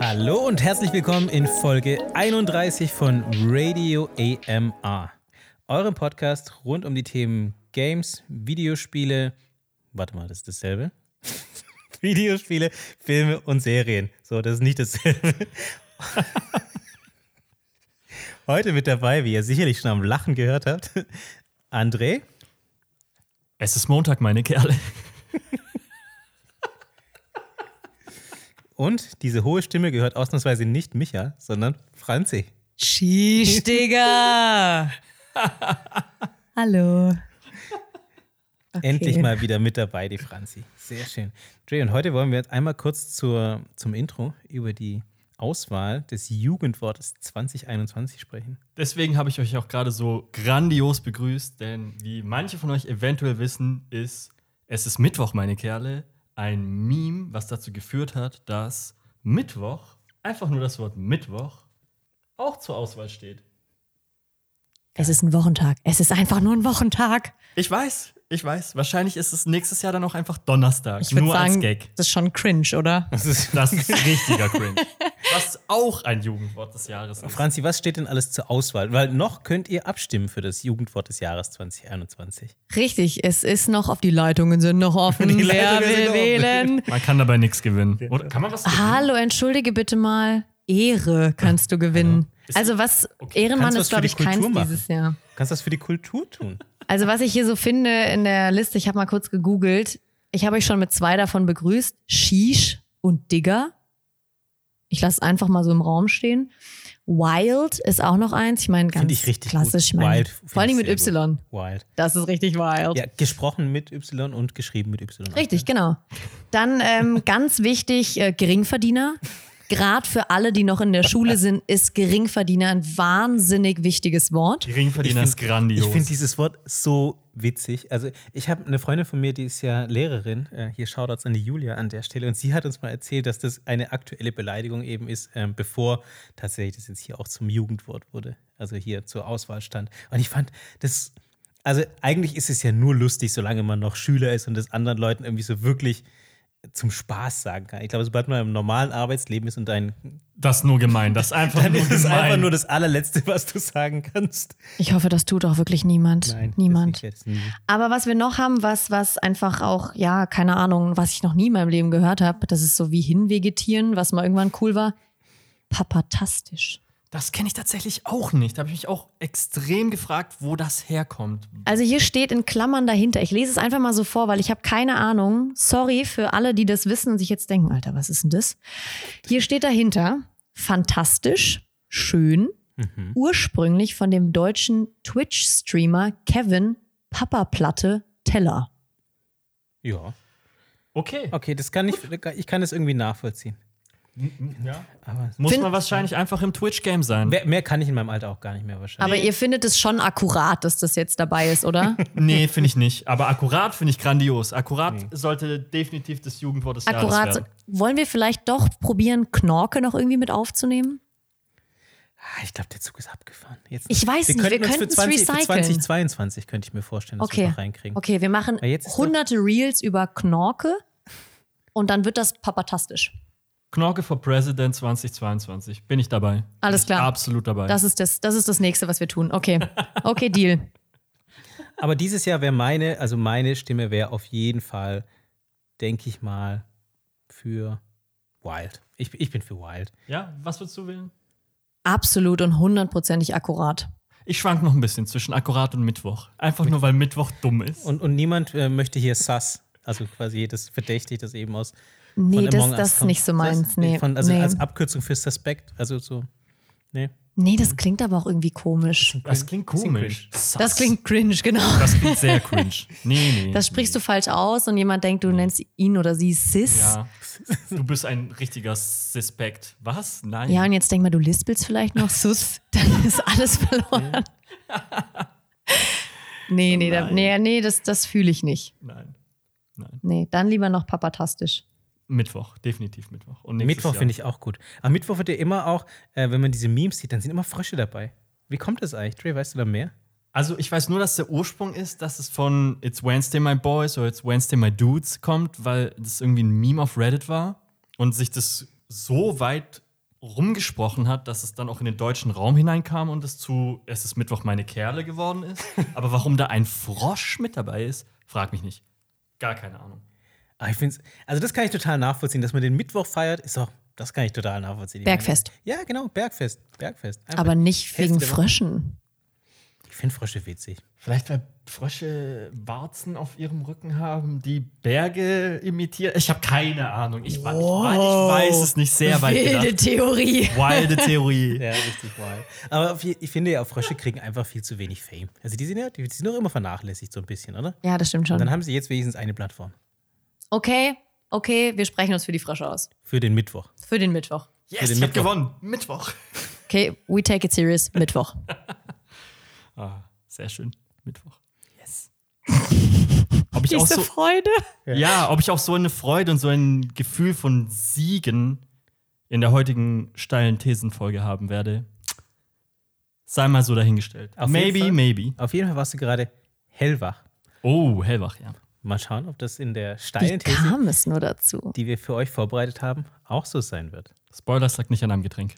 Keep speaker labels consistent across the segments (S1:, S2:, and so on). S1: Hallo und herzlich willkommen in Folge 31 von Radio AMR, eurem Podcast rund um die Themen Games, Videospiele, warte mal, das ist dasselbe. Videospiele, Filme und Serien. So, das ist nicht dasselbe. Heute mit dabei, wie ihr sicherlich schon am Lachen gehört habt, André.
S2: Es ist Montag, meine Kerle.
S1: Und diese hohe Stimme gehört ausnahmsweise nicht Micha, sondern Franzi.
S3: Sheesh, Digga! Hallo. Okay.
S1: Endlich mal wieder mit dabei, die Franzi. Sehr schön. Dre, und heute wollen wir jetzt einmal kurz zur, zum Intro über die Auswahl des Jugendwortes 2021 sprechen.
S2: Deswegen habe ich euch auch gerade so grandios begrüßt, denn wie manche von euch eventuell wissen, ist es ist Mittwoch, meine Kerle, ein Meme, was dazu geführt hat, dass Mittwoch, einfach nur das Wort Mittwoch, auch zur Auswahl steht.
S3: Es ist ein Wochentag. Es ist einfach nur ein Wochentag.
S2: Ich weiß, ich weiß. Wahrscheinlich ist es nächstes Jahr dann auch einfach Donnerstag,
S3: Ich würde
S2: nur als
S3: sagen,
S2: Gag.
S3: das ist schon cringe, oder?
S1: Das ist
S2: Das ist richtiger Cringe. Was auch ein Jugendwort des Jahres ist.
S1: Franzi, was steht denn alles zur Auswahl? Weil noch könnt ihr abstimmen für das Jugendwort des Jahres 2021.
S3: Richtig, es ist noch auf die Leitungen sind noch offen.
S1: Die
S3: Wer
S1: Leitungen sind
S3: will
S1: noch
S3: wählen?
S2: Man kann dabei nichts gewinnen. Oder kann man was gewinnen?
S3: Hallo, entschuldige bitte mal. Ehre kannst du gewinnen.
S2: Ist-
S3: Also was
S2: Okay.
S1: Kannst
S3: Ehrenmann
S1: du was
S3: ist,
S1: für
S3: glaube
S1: die
S3: ich, keins
S1: Kultur machen?
S3: dieses Jahr.
S1: Kannst du das für die Kultur tun?
S3: Also was ich hier so finde in der Liste, ich habe mal kurz gegoogelt. Ich habe euch schon mit zwei davon begrüßt. Sheesh und Digger. Ich lasse es einfach mal so im Raum stehen. Wild ist auch noch eins. Ich meine, ganz
S1: Finde ich richtig
S3: klassisch.
S1: gut.
S3: Ich meine,
S1: Wild finde
S3: vor allem
S1: ich
S3: mit
S1: sehr
S3: Y.
S1: Wild.
S3: Das ist richtig wild.
S1: Ja, gesprochen mit Y und geschrieben mit Y.
S3: Richtig, genau. Dann ähm, ganz wichtig, äh, Geringverdiener. Gerade für alle, die noch in der Schule sind, ist Geringverdiener ein wahnsinnig wichtiges Wort.
S2: Geringverdiener
S1: Ich
S2: ist
S1: find-
S2: grandios.
S1: Ich finde dieses Wort so witzig. Also ich habe eine Freundin von mir, die ist ja Lehrerin. Äh, hier Shoutouts an die Julia an der Stelle. Und sie hat uns mal erzählt, dass das eine aktuelle Beleidigung eben ist, ähm, bevor tatsächlich das jetzt hier auch zum Jugendwort wurde. Also hier zur Auswahl stand. Und ich fand das, also eigentlich ist es ja nur lustig, solange man noch Schüler ist und das anderen Leuten irgendwie so wirklich zum Spaß sagen kann. Ich glaube, sobald man im normalen Arbeitsleben ist und ein,
S2: das ist nur gemein. Das ist einfach
S1: dann
S2: nur
S1: ist es
S2: gemein.
S1: einfach nur das allerletzte, was du sagen kannst.
S3: Ich hoffe, das tut auch wirklich niemand.
S1: deswegen
S3: Niemand.
S1: werde ich es nie-
S3: Aber was wir noch haben, was, was einfach auch, ja, keine Ahnung, was ich noch nie in meinem Leben gehört habe, das ist so wie hinvegetieren, was mal irgendwann cool war. Papatastisch.
S2: Das kenne ich tatsächlich auch nicht. Da habe ich mich auch extrem gefragt, wo das herkommt.
S3: Also hier steht in Klammern dahinter. Ich lese es einfach mal so vor, weil ich habe keine Ahnung. Sorry für alle, die das wissen und sich jetzt denken, Alter, was ist denn das? Hier steht dahinter, fantastisch, schön, ursprünglich von dem deutschen Twitch-Streamer Kevin Papa Platte Teller.
S1: Ja.
S2: Okay.
S1: Okay, das kann ich, ich kann das irgendwie nachvollziehen.
S2: Hm, Ja.
S1: Aber
S2: Muss
S3: Find-
S2: man wahrscheinlich einfach im Twitch-Game sein.
S1: mehr, mehr kann ich in meinem Alter auch gar nicht mehr wahrscheinlich.
S3: Aber ihr findet es schon akkurat, dass das jetzt dabei ist, oder?
S2: Nee, finde ich nicht. Aber akkurat finde ich grandios. Akkurat sollte definitiv das Jugendwort des Jahres
S3: akkurat.
S2: werden.
S3: Wollen wir vielleicht doch probieren, Knorke noch irgendwie mit aufzunehmen?
S1: Ah, ich glaube, der Zug ist abgefahren. Jetzt,
S3: Ich weiß nicht, wir
S1: könnten uns für 20,
S3: könnten's
S1: für
S3: recyceln.
S1: 2022 könnte ich mir vorstellen, dass wir
S3: Okay.
S1: noch reinkriegen.
S3: Okay, wir machen
S1: Ja, jetzt ist
S3: hunderte Reels über Knorke und dann wird das papatastisch.
S2: Knorke for President 2022. Bin ich dabei.
S3: Alles
S2: Bin ich
S3: klar.
S2: Absolut dabei.
S3: Das ist das, das ist das nächste, was wir tun. Okay. Okay, Deal.
S1: Aber dieses Jahr wäre meine, also meine Stimme wäre auf jeden Fall, denke ich mal, für Wild. Ich, ich bin für Wild.
S2: ja, was würdest du wählen?
S3: Absolut und hundertprozentig akkurat.
S2: Ich schwank noch ein bisschen zwischen akkurat und Mittwoch. Einfach nur, weil Mittwoch dumm ist.
S1: Und, und niemand äh, möchte hier Sass, also quasi jedes verdächtig, das eben aus.
S3: Nee,
S1: von
S3: das,
S1: Among Us
S3: das ist
S1: kommt.
S3: nicht so meins.
S1: Sass?
S3: Nee.
S1: Von, also
S3: nee.
S1: als Abkürzung für Suspect, also so. Nee.
S3: nee, das klingt aber auch irgendwie komisch.
S2: Das klingt
S1: Klingt
S2: komisch.
S3: Das klingt cringe, genau.
S2: Das klingt sehr cringe. Nee, nee.
S3: Das sprichst du falsch aus und jemand denkt, du nennst ihn oder sie Sis. Ja,
S2: Ja. Du bist ein richtiger Suspekt. Was? Nein.
S3: und jetzt denk mal, du lispelst vielleicht noch Sus, dann ist alles verloren. Nee, nee, da,
S2: Oh Nein.
S3: nee, nee, das, das fühle ich nicht.
S2: Nein.
S3: Nee, dann lieber noch papatastisch.
S2: Mittwoch, definitiv Mittwoch. Und
S1: Mittwoch finde ich auch gut. Am Mittwoch wird ja immer auch, äh, wenn man diese Memes sieht, dann sind immer Frösche dabei. Wie kommt das eigentlich? Dre, weißt du da mehr?
S2: Also ich weiß nur, dass der Ursprung ist, dass es von It's Wednesday My Boys oder It's Wednesday My Dudes kommt, weil das irgendwie ein Meme auf Reddit war und sich das so weit rumgesprochen hat, dass es dann auch in den deutschen Raum hineinkam und es zu Es ist Mittwoch meine Kerle geworden ist. Aber warum da ein Frosch mit dabei ist, frag mich nicht. Gar keine Ahnung.
S1: Ah, ich find's, also das kann ich total nachvollziehen, dass man den Mittwoch feiert, ist doch, das kann ich total nachvollziehen. Ich meine,
S3: Bergfest.
S1: Ja, genau, Bergfest, Bergfest. Einfach.
S3: Aber nicht wegen
S1: Hälfte-
S3: Fröschen.
S1: Ich finde Frösche witzig.
S2: Vielleicht, weil Frösche Warzen auf ihrem Rücken haben, die Berge imitieren. Ich habe keine Ahnung. Ich, wa- ich wa-
S3: Wow.
S2: ich weiß es nicht sehr weit
S3: Wilde
S2: gedacht.
S3: Theorie.
S2: Wilde Theorie.
S1: Ja, richtig wild. Aber auf je- ich finde ja, Frösche kriegen einfach viel zu wenig Fame. Also die sind ja, die sind doch immer vernachlässigt so ein bisschen, oder?
S3: Ja, das stimmt
S1: Dann
S3: schon.
S1: haben sie jetzt wenigstens eine Plattform
S3: Okay, okay, wir sprechen uns für die Frösche aus.
S1: für den Mittwoch.
S3: Für den Mittwoch.
S1: Für
S2: Yes,
S1: den
S2: ich habe
S1: Mittwoch.
S2: gewonnen. Mittwoch.
S3: Okay, we take it serious. Mittwoch.
S2: Ah, sehr schön. Mittwoch. Yes. Ob ich auch
S3: Diese
S2: so,
S3: Freude.
S2: ja, ob ich auch so eine Freude und so ein Gefühl von Siegen in der heutigen steilen Thesenfolge haben werde, sei mal so dahingestellt.
S1: Auf jeden
S2: maybe,
S1: Fall.
S2: maybe.
S1: Auf jeden Fall warst du gerade hellwach.
S2: Oh, hellwach, ja.
S1: Mal schauen, ob das in der
S3: Wie
S1: steilen These,
S3: kam es nur dazu?
S1: die wir für euch vorbereitet haben, auch so sein wird.
S2: Spoiler sagt nicht an einem Getränk.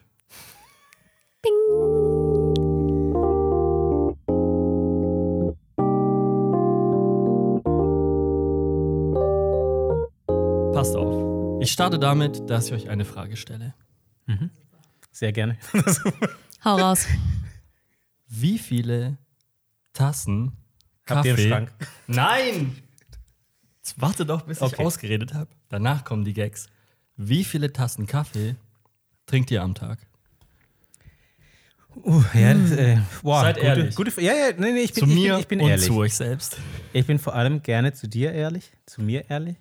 S2: Passt auf. Ich starte damit, dass ich euch eine Frage stelle.
S1: Sehr gerne.
S3: Hau raus.
S2: Wie viele Tassen Kaffee?
S1: Habt ihr im Schrank?
S2: Nein! Jetzt warte doch, bis ich
S1: Okay.
S2: ausgeredet habe. Danach kommen die Gags. Wie viele Tassen Kaffee trinkt ihr am Tag?
S1: Uh, ja, das, äh, wow,
S2: Seid
S1: gute,
S2: ehrlich.
S1: Gute, ja, ja, nee, nee, ich bin,
S2: zu
S1: ich
S2: mir
S1: bin, ich bin
S2: und
S1: ehrlich.
S2: zu euch selbst.
S1: Ich bin vor allem gerne zu dir ehrlich, zu mir ehrlich.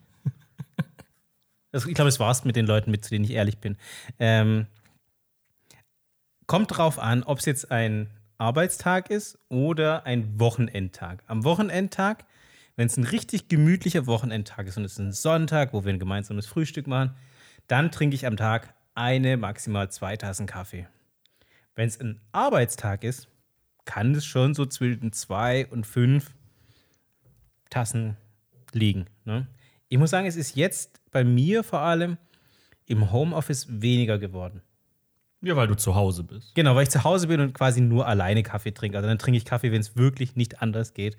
S1: Also ich glaube, es war's mit den Leuten, mit zu denen ich ehrlich bin. Ähm, kommt drauf an, ob es jetzt ein Arbeitstag ist oder ein Wochenendtag. Am Wochenendtag, wenn es ein richtig gemütlicher Wochenendtag ist und es ist ein Sonntag, wo wir ein gemeinsames Frühstück machen, dann trinke ich am Tag eine, maximal zwei Tassen Kaffee. Wenn es ein Arbeitstag ist, kann es schon so zwischen zwei und fünf Tassen liegen. Ne? Ich muss sagen, es ist jetzt bei mir vor allem im Homeoffice weniger geworden.
S2: Ja, weil du zu Hause bist.
S1: Genau, weil ich zu Hause bin und quasi nur alleine Kaffee trinke. Also dann trinke ich Kaffee, wenn es wirklich nicht anders geht.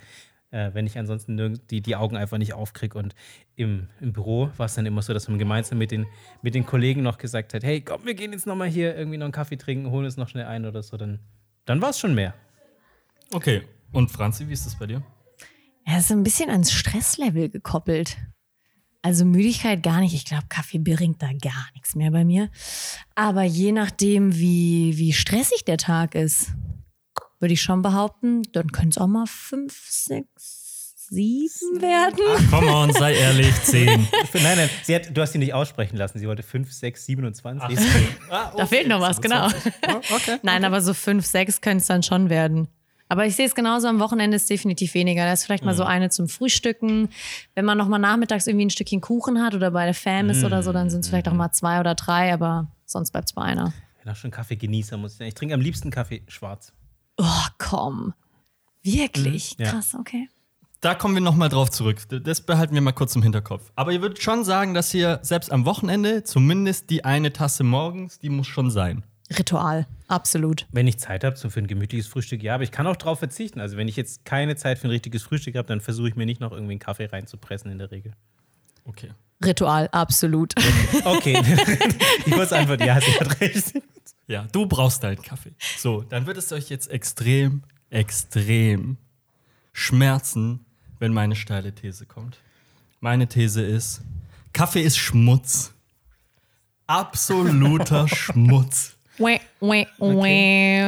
S1: Äh, wenn ich ansonsten nirgend- die, die Augen einfach nicht aufkriege. Und im, im Büro war es dann immer so, dass man gemeinsam mit den, mit den Kollegen noch gesagt hat, hey, komm, wir gehen jetzt nochmal hier irgendwie noch einen Kaffee trinken, holen uns noch schnell einen oder so. Dann, dann war es schon mehr.
S2: Okay. Und Franzi, wie ist das bei dir?
S3: Er ist so ein bisschen ans Stresslevel gekoppelt. Also Müdigkeit gar nicht. Ich glaube, Kaffee bringt da gar nichts mehr bei mir. Aber je nachdem, wie, wie stressig der Tag ist, würde ich schon behaupten, dann können es auch mal fünf, sechs, sieben werden.
S2: Come on, sei ehrlich, 10.
S1: Ich, nein, nein, sie hat, du hast sie nicht aussprechen lassen. Sie wollte 5, 6, 27.
S2: Ah,
S3: Da fehlt noch was, genau.
S1: Oh,
S3: Nein, aber so fünf, sechs können es dann schon werden. Aber ich sehe es genauso, am Wochenende ist definitiv weniger. Da ist vielleicht mal so
S1: Mhm.
S3: eine zum Frühstücken. Wenn man nochmal nachmittags irgendwie ein Stückchen Kuchen hat oder bei der Fam ist oder so, dann sind es vielleicht auch
S1: Mhm.
S3: mal zwei oder drei, aber sonst bleibt es bei einer.
S1: Ich bin auch schon Kaffeegenießer, muss ich sagen. Ich trinke am liebsten Kaffee schwarz.
S3: Oh, komm. Wirklich?
S1: Mhm, ja.
S3: Krass, okay.
S2: Da kommen wir nochmal drauf zurück. D- Das behalten wir mal kurz im Hinterkopf. Aber ihr würdet schon sagen, dass ihr selbst am Wochenende zumindest die eine Tasse morgens, die muss schon sein.
S3: Ritual, absolut.
S1: Wenn ich Zeit habe so für ein gemütliches Frühstück, ja, aber ich kann auch drauf verzichten. Also wenn ich jetzt keine Zeit für ein richtiges Frühstück habe, dann versuche ich mir nicht noch irgendwie einen Kaffee reinzupressen in der Regel.
S2: Okay.
S3: Ritual, absolut.
S1: Okay. die kurze Antwort, ja, sie hat recht.
S2: Ja, du brauchst deinen Kaffee. So, dann wird es euch jetzt extrem, extrem schmerzen, wenn meine steile These kommt. Meine These ist, Kaffee ist Schmutz. Absoluter Schmutz.
S3: Wä, wä, wä.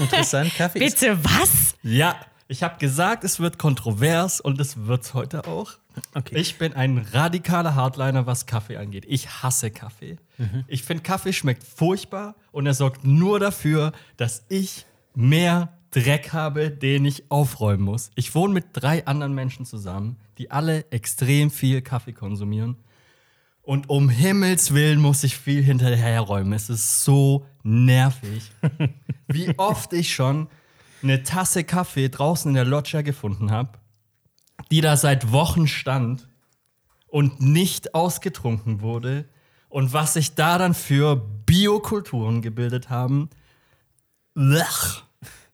S1: Interessant, Kaffee ist
S3: Bitte was?
S2: Ja, ich habe gesagt, es wird kontrovers und es wird's heute auch.
S1: Okay.
S2: Ich bin ein radikaler Hardliner, was Kaffee angeht. Ich hasse Kaffee. Ich finde, Kaffee schmeckt furchtbar und er sorgt nur dafür, dass ich mehr Dreck habe, den ich aufräumen muss. Ich wohne mit drei anderen Menschen zusammen, die alle extrem viel Kaffee konsumieren. Und um Himmels Willen muss ich viel hinterherräumen. Es ist so nervig, wie oft ich schon eine Tasse Kaffee draußen in der Loggia gefunden habe, die da seit Wochen stand und nicht ausgetrunken wurde. Und was sich da dann für Biokulturen gebildet haben, lach.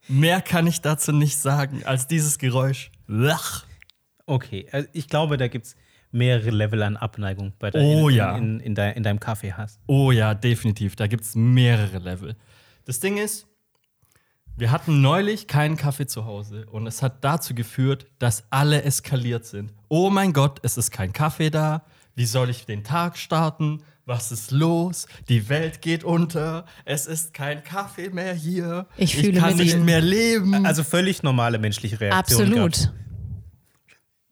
S2: Mehr kann ich dazu nicht sagen als dieses Geräusch. Lach.
S1: Okay, also ich glaube, da gibt es mehrere Level an Abneigung bei deinem-
S2: Oh
S1: in,
S2: ja.
S1: in, in, dein- in deinem Kaffee hast.
S2: Oh ja, definitiv. Da gibt es mehrere Level. Das Ding ist, wir hatten neulich keinen Kaffee zu Hause und es hat dazu geführt, dass alle eskaliert sind. Oh mein Gott, es ist kein Kaffee da. Wie soll ich den Tag starten? Was ist los? Die Welt geht unter. Es ist kein Kaffee mehr hier.
S3: Ich fühle
S2: kann
S3: mit
S2: nicht
S3: Ihnen.
S2: mehr leben.
S1: Also völlig normale menschliche Reaktion.
S3: Absolut.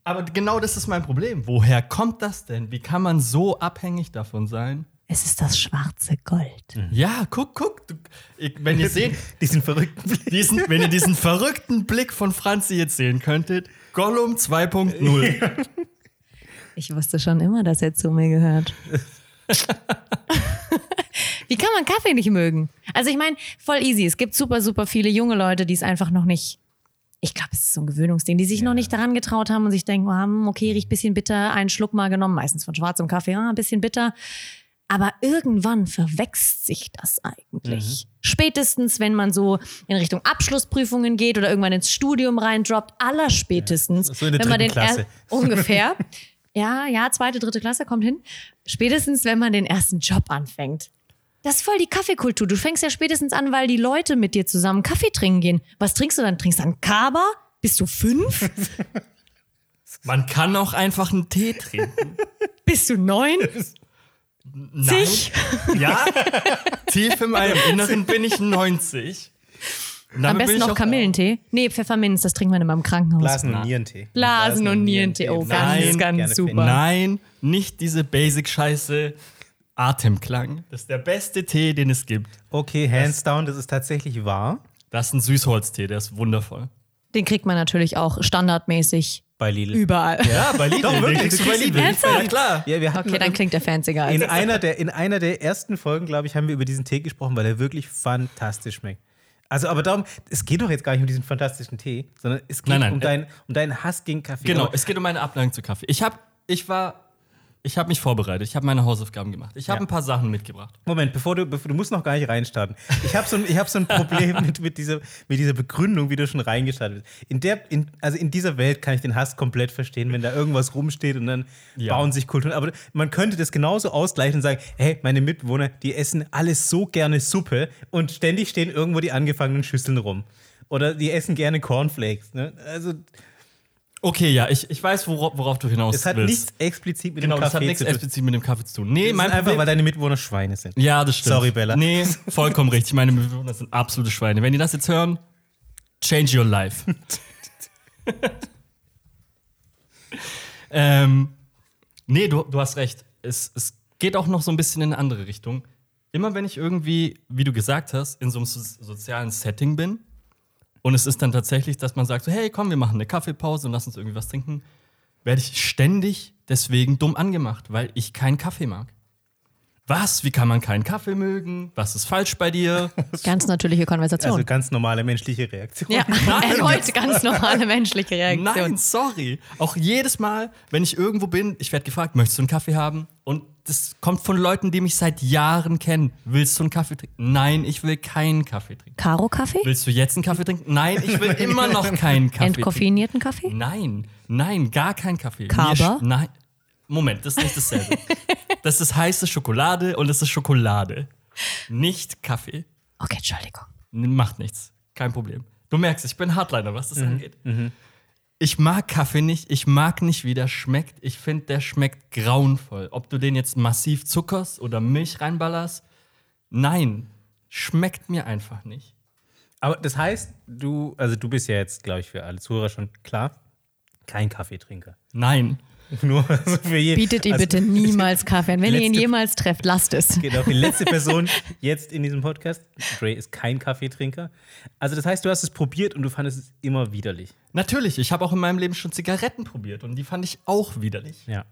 S2: Aber genau das ist mein Problem. Woher kommt das denn? Wie kann man so abhängig davon sein?
S3: Es ist das schwarze Gold.
S2: Ja, guck, guck. Du, ich, wenn ihr seht,
S1: Diesen verrückten Blick.
S2: diesen, wenn ihr diesen verrückten Blick von Franzi jetzt sehen könntet, Gollum 2.0.
S3: Ich wusste schon immer, dass er zu mir gehört. Wie kann man Kaffee nicht mögen? Also ich meine, voll easy. Es gibt super, super viele junge Leute, die es einfach noch nicht. Ich glaube, es ist so ein Gewöhnungsding, die sich noch nicht daran getraut haben und sich denken, ah, hm, okay, riecht ein bisschen bitter, einen Schluck mal genommen, meistens von schwarzem Kaffee, ah, ein bisschen bitter. Aber irgendwann verwechselt sich das eigentlich.
S1: Mhm.
S3: Spätestens, wenn man so in Richtung Abschlussprüfungen geht oder irgendwann ins Studium reindroppt, allerspätestens,
S1: so in der
S3: wenn man den
S1: dritten Klasse.
S3: er- ungefähr. ja, ja, zweite, dritte Klasse kommt hin. Spätestens, wenn man den ersten Job anfängt. Das ist voll die Kaffeekultur. Du fängst ja spätestens an, weil die Leute mit dir zusammen Kaffee trinken gehen. Was trinkst du dann? Trinkst du einen Kaba? Bist du fünf?
S2: Man kann auch einfach einen Tee trinken.
S3: Bist du neun?
S2: Nein.
S3: Sich?
S2: Ja, tief in meinem Inneren bin ich 90. Und
S3: Am
S2: damit bin
S3: besten
S2: ich
S3: noch
S2: auch-
S3: Kamillentee. Nee, Pfefferminz, das trinken wir immer im Krankenhaus.
S1: Blasen und Nierentee.
S3: Blasen und Nierentee. Oh, ganz,
S2: Nein,
S1: gerne
S3: ganz super.
S2: Nein, nicht diese Basic-Scheiße. Atemklang. Das ist der beste Tee, den es gibt.
S1: Okay, hands down, das ist tatsächlich wahr.
S2: Das ist ein Süßholztee, der ist wundervoll.
S3: Den kriegt man natürlich auch standardmäßig
S1: Bei Lidl.
S3: überall.
S2: Ja, Ah, bei Lidl.
S1: Doch,
S2: den
S1: wirklich,
S2: kriegst du
S1: du
S2: bei
S1: kriegst ihn.
S2: Lidl.
S3: Ernsthaft?
S2: Ja, klar.
S1: Ja, wir hatten
S3: Okay, dann klingt der fancier als
S1: in, einer der, in einer der ersten Folgen, glaube ich, haben wir über diesen Tee gesprochen, weil er wirklich fantastisch schmeckt. Also, aber darum, es geht doch jetzt gar nicht um diesen fantastischen Tee, sondern es geht
S2: Nein, nein,
S1: um,
S2: äh,
S1: deinen, um deinen Hass gegen Kaffee.
S2: Genau,
S1: Aber
S2: es geht um meine Abneigung zu Kaffee. Ich habe ich war ich habe mich vorbereitet, ich habe meine Hausaufgaben gemacht. Ich habe
S1: Ja.
S2: ein paar Sachen mitgebracht.
S1: Moment, bevor du, bevor, du musst noch gar nicht reinstarten. Ich habe so, ein- ich hab so ein Problem mit, mit, dieser, mit dieser Begründung, wie du schon reingestartet bist. In der, in, also in dieser Welt kann ich den Hass komplett verstehen, wenn da irgendwas rumsteht und dann
S2: Ja.
S1: bauen sich Kulturen. Aber man könnte das genauso ausgleichen und sagen, hey, meine Mitbewohner, die essen alles so gerne Suppe und ständig stehen irgendwo die angefangenen Schüsseln rum. Oder die essen gerne Cornflakes. Ne? Also
S2: Okay, ja, ich, ich weiß, worauf, worauf du hinaus
S1: es hat
S2: willst.
S1: nichts explizit mit
S2: genau,
S1: dem
S2: das hat
S1: Kaffee
S2: nichts
S1: zu tun. Das
S2: explizit mit dem Kaffee zu tun. Nee,
S1: ist
S2: mein
S1: einfach,
S2: Problem,
S1: weil deine Mitbewohner Schweine sind.
S2: Ja, das stimmt.
S1: Sorry, Bella.
S2: Nee, vollkommen richtig. Meine Mitbewohner sind absolute Schweine. Wenn die das jetzt hören, change your life. ähm, nee, du, du hast recht. Es, es geht auch noch so ein bisschen in eine andere Richtung. Immer wenn ich irgendwie, wie du gesagt hast, in so einem so sozialen Setting bin und es ist dann tatsächlich, dass man sagt, so, hey, komm, wir machen eine Kaffeepause und lass uns irgendwie was trinken, werde ich ständig deswegen dumm angemacht, weil ich keinen Kaffee mag. Was? Wie kann man keinen Kaffee mögen? Was ist falsch bei dir?
S3: Ganz natürliche Konversation.
S1: Also ganz normale menschliche Reaktion.
S3: ja, erneut ganz normale menschliche Reaktion.
S2: Nein, sorry. Auch jedes Mal, wenn ich irgendwo bin, ich werde gefragt, möchtest du einen Kaffee haben? Und das kommt von Leuten, die mich seit Jahren kennen. Willst du einen Kaffee trinken? Nein, ich will keinen Kaffee trinken.
S3: Karo Kaffee?
S2: Willst du jetzt einen Kaffee trinken? Nein, ich will immer noch keinen Kaffee trinken.
S3: Entkoffinierten Kaffee?
S2: Nein, nein, gar kein Kaffee. Mir
S3: Kaba?
S2: sch- Nein. Moment, das ist nicht dasselbe. das ist heiße Schokolade und das ist Schokolade. Nicht Kaffee.
S3: Okay, Entschuldigung.
S2: N- Macht nichts. Kein Problem. Du merkst, ich bin Hardliner, was das
S3: Mhm,
S2: angeht. Ich mag Kaffee nicht, ich mag nicht, wie der schmeckt. Ich finde, der schmeckt grauenvoll. Ob du den jetzt massiv zuckerst oder Milch reinballerst, nein, schmeckt mir einfach nicht.
S1: Aber das heißt, du, also du bist ja jetzt, glaube ich, für alle Zuhörer schon klar, kein Kaffeetrinker.
S2: Nein.
S1: Nur also für jeden.
S3: Bietet ihr
S1: also,
S3: bitte niemals Kaffee an. Wenn ihr ihn
S1: Letzte-
S3: jemals trefft, lasst es.
S1: Genau, die letzte Person jetzt in diesem Podcast. Dre ist kein Kaffeetrinker. Also das heißt, du hast es probiert und du fandest es immer widerlich.
S2: Natürlich, ich habe auch in meinem Leben schon Zigaretten probiert und die fand ich auch widerlich.
S1: Ja.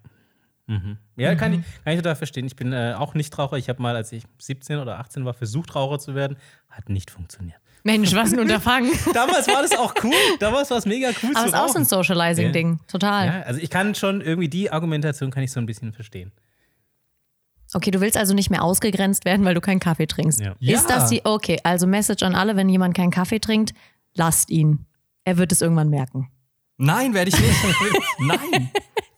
S1: Mhm. Ja, kann, ich, kann ich total verstehen. Ich bin äh, auch Nichtraucher. Ich habe mal, als ich 17 oder 18 war, versucht, Raucher zu werden. Hat nicht funktioniert.
S3: Mensch, was ein Unterfangen.
S1: Damals war das auch cool. Damals war es mega cool
S3: Aber es
S1: zu
S3: ist auch so ein
S1: rauchen.
S3: Socializing-Ding. Total.
S1: Ja, also ich kann schon irgendwie die Argumentation kann ich so ein bisschen verstehen.
S3: Okay, du willst also nicht mehr ausgegrenzt werden, weil du keinen Kaffee trinkst.
S1: Ja.
S2: Ja.
S3: Ist das die. Okay, also Message an alle, wenn jemand keinen Kaffee trinkt, lasst ihn. Er wird es irgendwann merken.
S2: Nein, werde ich nicht. Nein.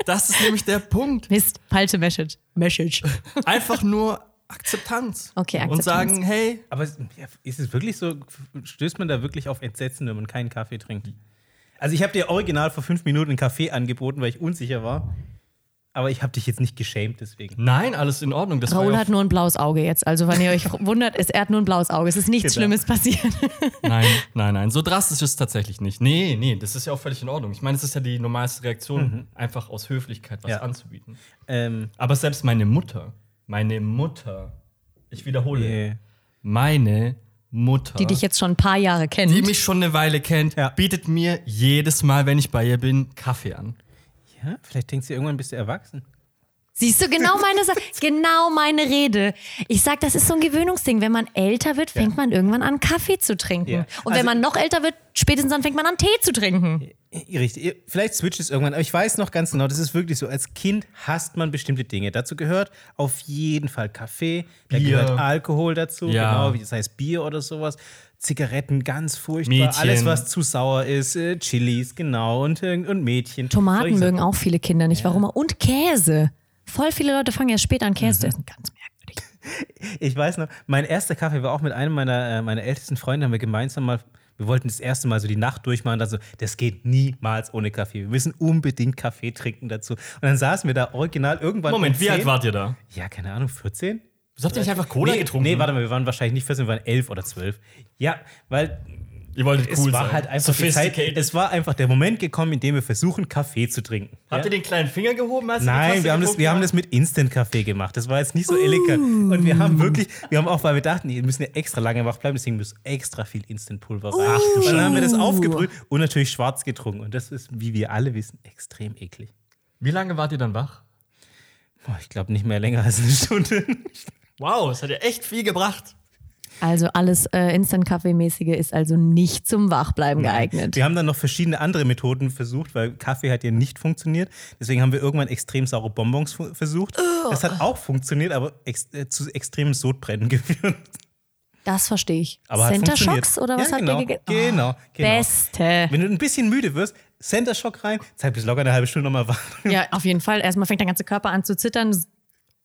S2: Das ist nämlich der Punkt.
S3: Mist, falsche Message. Message.
S2: Einfach nur Akzeptanz.
S3: Okay,
S2: Und
S3: Akzeptanz.
S2: sagen, hey,
S1: Aber es- ja, ist es wirklich so, stößt man da wirklich auf Entsetzen, wenn man keinen Kaffee trinkt? Also ich habe dir original vor fünf Minuten einen Kaffee angeboten, weil ich unsicher war. Aber ich habe dich jetzt nicht geschämt deswegen.
S2: nein, alles in Ordnung. Das war
S3: Raoul
S2: ja-
S3: hat nur ein blaues Auge jetzt. Also, wenn ihr euch wundert, ist, er hat nur ein blaues Auge. Es ist nichts
S1: Genau.
S3: Schlimmes passiert.
S2: Nein, nein, nein. So drastisch ist es tatsächlich nicht. Nee, nee, das ist ja auch völlig in Ordnung. Ich meine, es ist ja die normalste Reaktion, einfach aus Höflichkeit was
S1: Mhm. Ja.
S2: anzubieten.
S1: Ähm,
S2: Aber selbst meine Mutter, meine Mutter, ich wiederhole,
S1: äh,
S2: meine Mutter,
S3: Die dich jetzt schon ein paar Jahre kennt.
S2: die mich schon eine Weile kennt,
S1: Ja.
S2: bietet mir jedes Mal, wenn ich bei ihr bin, Kaffee an.
S1: ja, vielleicht denkst du, irgendwann bist du erwachsen.
S3: Siehst du, genau meine, Sa genau meine Rede. Ich sag, das ist so ein Gewöhnungsding. Wenn man älter wird, fängt man irgendwann an, Kaffee zu trinken.
S1: Ja.
S3: Und
S1: Also-
S3: wenn man noch älter wird, spätestens dann fängt man an, Tee zu trinken.
S1: Richtig. Vielleicht switcht es irgendwann, aber ich weiß noch ganz genau, das ist wirklich so. Als Kind hasst man bestimmte Dinge. Dazu gehört auf jeden Fall Kaffee, da
S2: Bier.
S1: gehört Alkohol dazu,
S2: Ja.
S1: genau, wie das heißt Bier oder sowas. Zigaretten, ganz furchtbar.
S2: Mädchen.
S1: Alles, was zu sauer ist, äh, Chilis, genau, und, äh, und Mädchen.
S3: Tomaten
S1: Solche Sachen.
S3: mögen auch viele Kinder nicht, warum auch. Und Käse. Voll viele Leute fangen erst später an, Käse
S1: Mhm.
S3: zu essen. Ganz merkwürdig.
S1: Ich weiß noch, mein erster Kaffee war auch mit einem meiner, äh, meiner ältesten Freunde, haben wir gemeinsam mal, wir wollten das erste Mal so die Nacht durchmachen, also das geht niemals ohne Kaffee. Wir müssen unbedingt Kaffee trinken dazu. Und dann saßen wir da original irgendwann.
S2: Moment,
S1: um
S2: wie
S1: 10
S2: alt wart ihr da?
S1: Ja, keine Ahnung, 14?
S2: Wieso habt ihr nicht einfach Cola
S1: nee,
S2: getrunken?
S1: Nee, warte mal, wir waren wahrscheinlich nicht 14, wir waren 11 oder 12. Ja, weil
S2: Ihr wolltet
S1: es
S2: cool
S1: war
S2: sein.
S1: halt einfach die Zeit,
S2: Sophisticated.
S1: es war einfach der Moment gekommen, in dem wir versuchen, Kaffee zu trinken.
S2: Habt ihr den kleinen Finger gehoben? Als ihr die
S1: Nein,
S2: Tasse
S1: wir haben, das,
S2: geguckt
S1: wir haben
S2: habt?
S1: das mit Instant-Kaffee gemacht. Das war jetzt nicht so elegant. Und wir haben wirklich, wir haben auch, weil wir dachten, wir müssen ja extra lange wach bleiben, deswegen muss extra viel Instant-Pulver rein. Und dann haben wir das aufgebrüht und natürlich schwarz getrunken. Und das ist, wie wir alle wissen, extrem eklig.
S2: Wie lange wart ihr dann wach?
S1: Boah, ich glaube nicht mehr länger als eine Stunde.
S2: Wow, das hat ja echt viel gebracht.
S3: Also alles äh, Instant-Kaffee-mäßige ist also nicht zum Wachbleiben geeignet.
S1: Wir haben dann noch verschiedene andere Methoden versucht, weil Kaffee hat ja nicht funktioniert. Deswegen haben wir irgendwann extrem saure Bonbons fu- versucht. Das hat auch funktioniert, aber ex äh, zu extremen Sodbrennen geführt.
S3: Das verstehe ich.
S1: Aber hat
S3: Center
S1: funktioniert.
S3: Shocks oder was
S1: ja,
S3: habt
S1: genau,
S3: ihr gegessen? Oh,
S1: Genau, genau.
S3: Beste.
S1: Wenn du ein bisschen müde wirst, Center Shock rein, Zeit bis locker eine halbe Stunde nochmal warten.
S3: Ah, Ja, auf jeden Fall. Erstmal fängt der ganze Körper an zu zittern.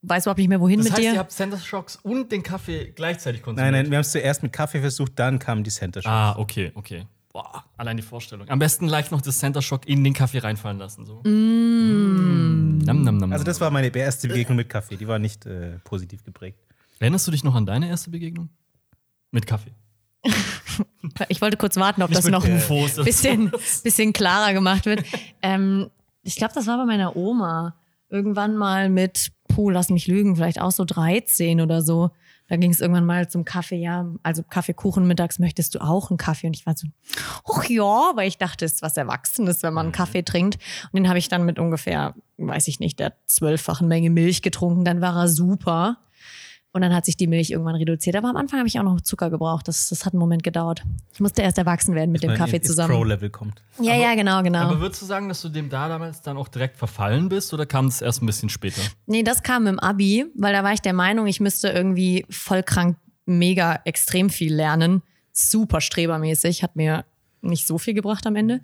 S3: Weiß überhaupt nicht mehr, wohin
S2: Das
S3: mit
S2: heißt,
S3: dir.
S2: ihr habt Center Shocks und den Kaffee gleichzeitig konsumiert.
S1: Nein, nein, wir haben es zuerst mit Kaffee versucht, dann kam die Center Shock.
S2: Ah, okay, okay. Boah, allein die Vorstellung. Am besten gleich noch das Center Shock in den Kaffee reinfallen lassen. So. Mm. Nam, nam,
S3: Ah.
S2: nam,
S1: Also das
S2: nam.
S1: war meine erste Begegnung mit Kaffee, die war nicht äh, positiv geprägt.
S2: Erinnerst du dich noch an deine erste Begegnung? Mit Kaffee.
S3: Ich wollte kurz warten, ob das
S2: mit
S3: noch ein
S2: UFOs.
S3: bisschen, bisschen klarer gemacht wird. Ähm, ich glaube, das war bei meiner Oma. Irgendwann mal mit, puh, lass mich lügen, vielleicht auch so 13 oder so. Da ging es irgendwann mal zum Kaffee, ja, also Kaffeekuchen mittags, möchtest du auch einen Kaffee? Und ich war so, hoch ja, weil ich dachte, es ist was Erwachsenes, wenn man einen Kaffee trinkt. Und den habe ich dann mit ungefähr, weiß ich nicht, der zwölffachen Menge Milch getrunken. Dann war er super. Und dann hat sich die Milch irgendwann reduziert. Aber am Anfang habe ich auch noch Zucker gebraucht. Das, das hat einen Moment gedauert. Ich musste erst erwachsen werden mit dem
S1: Wenn man
S3: Kaffee
S1: ins
S3: zusammen.
S1: Pro-Level kommt.
S3: Ja, ja, genau, genau.
S2: Aber würdest du sagen, dass du dem da damals dann auch direkt verfallen bist oder kam das erst ein bisschen später?
S3: Nee, das kam im Abi, weil da war ich der Meinung, ich müsste irgendwie voll krank, mega extrem viel lernen. Super strebermäßig. Hat mir nicht so viel gebracht am Ende.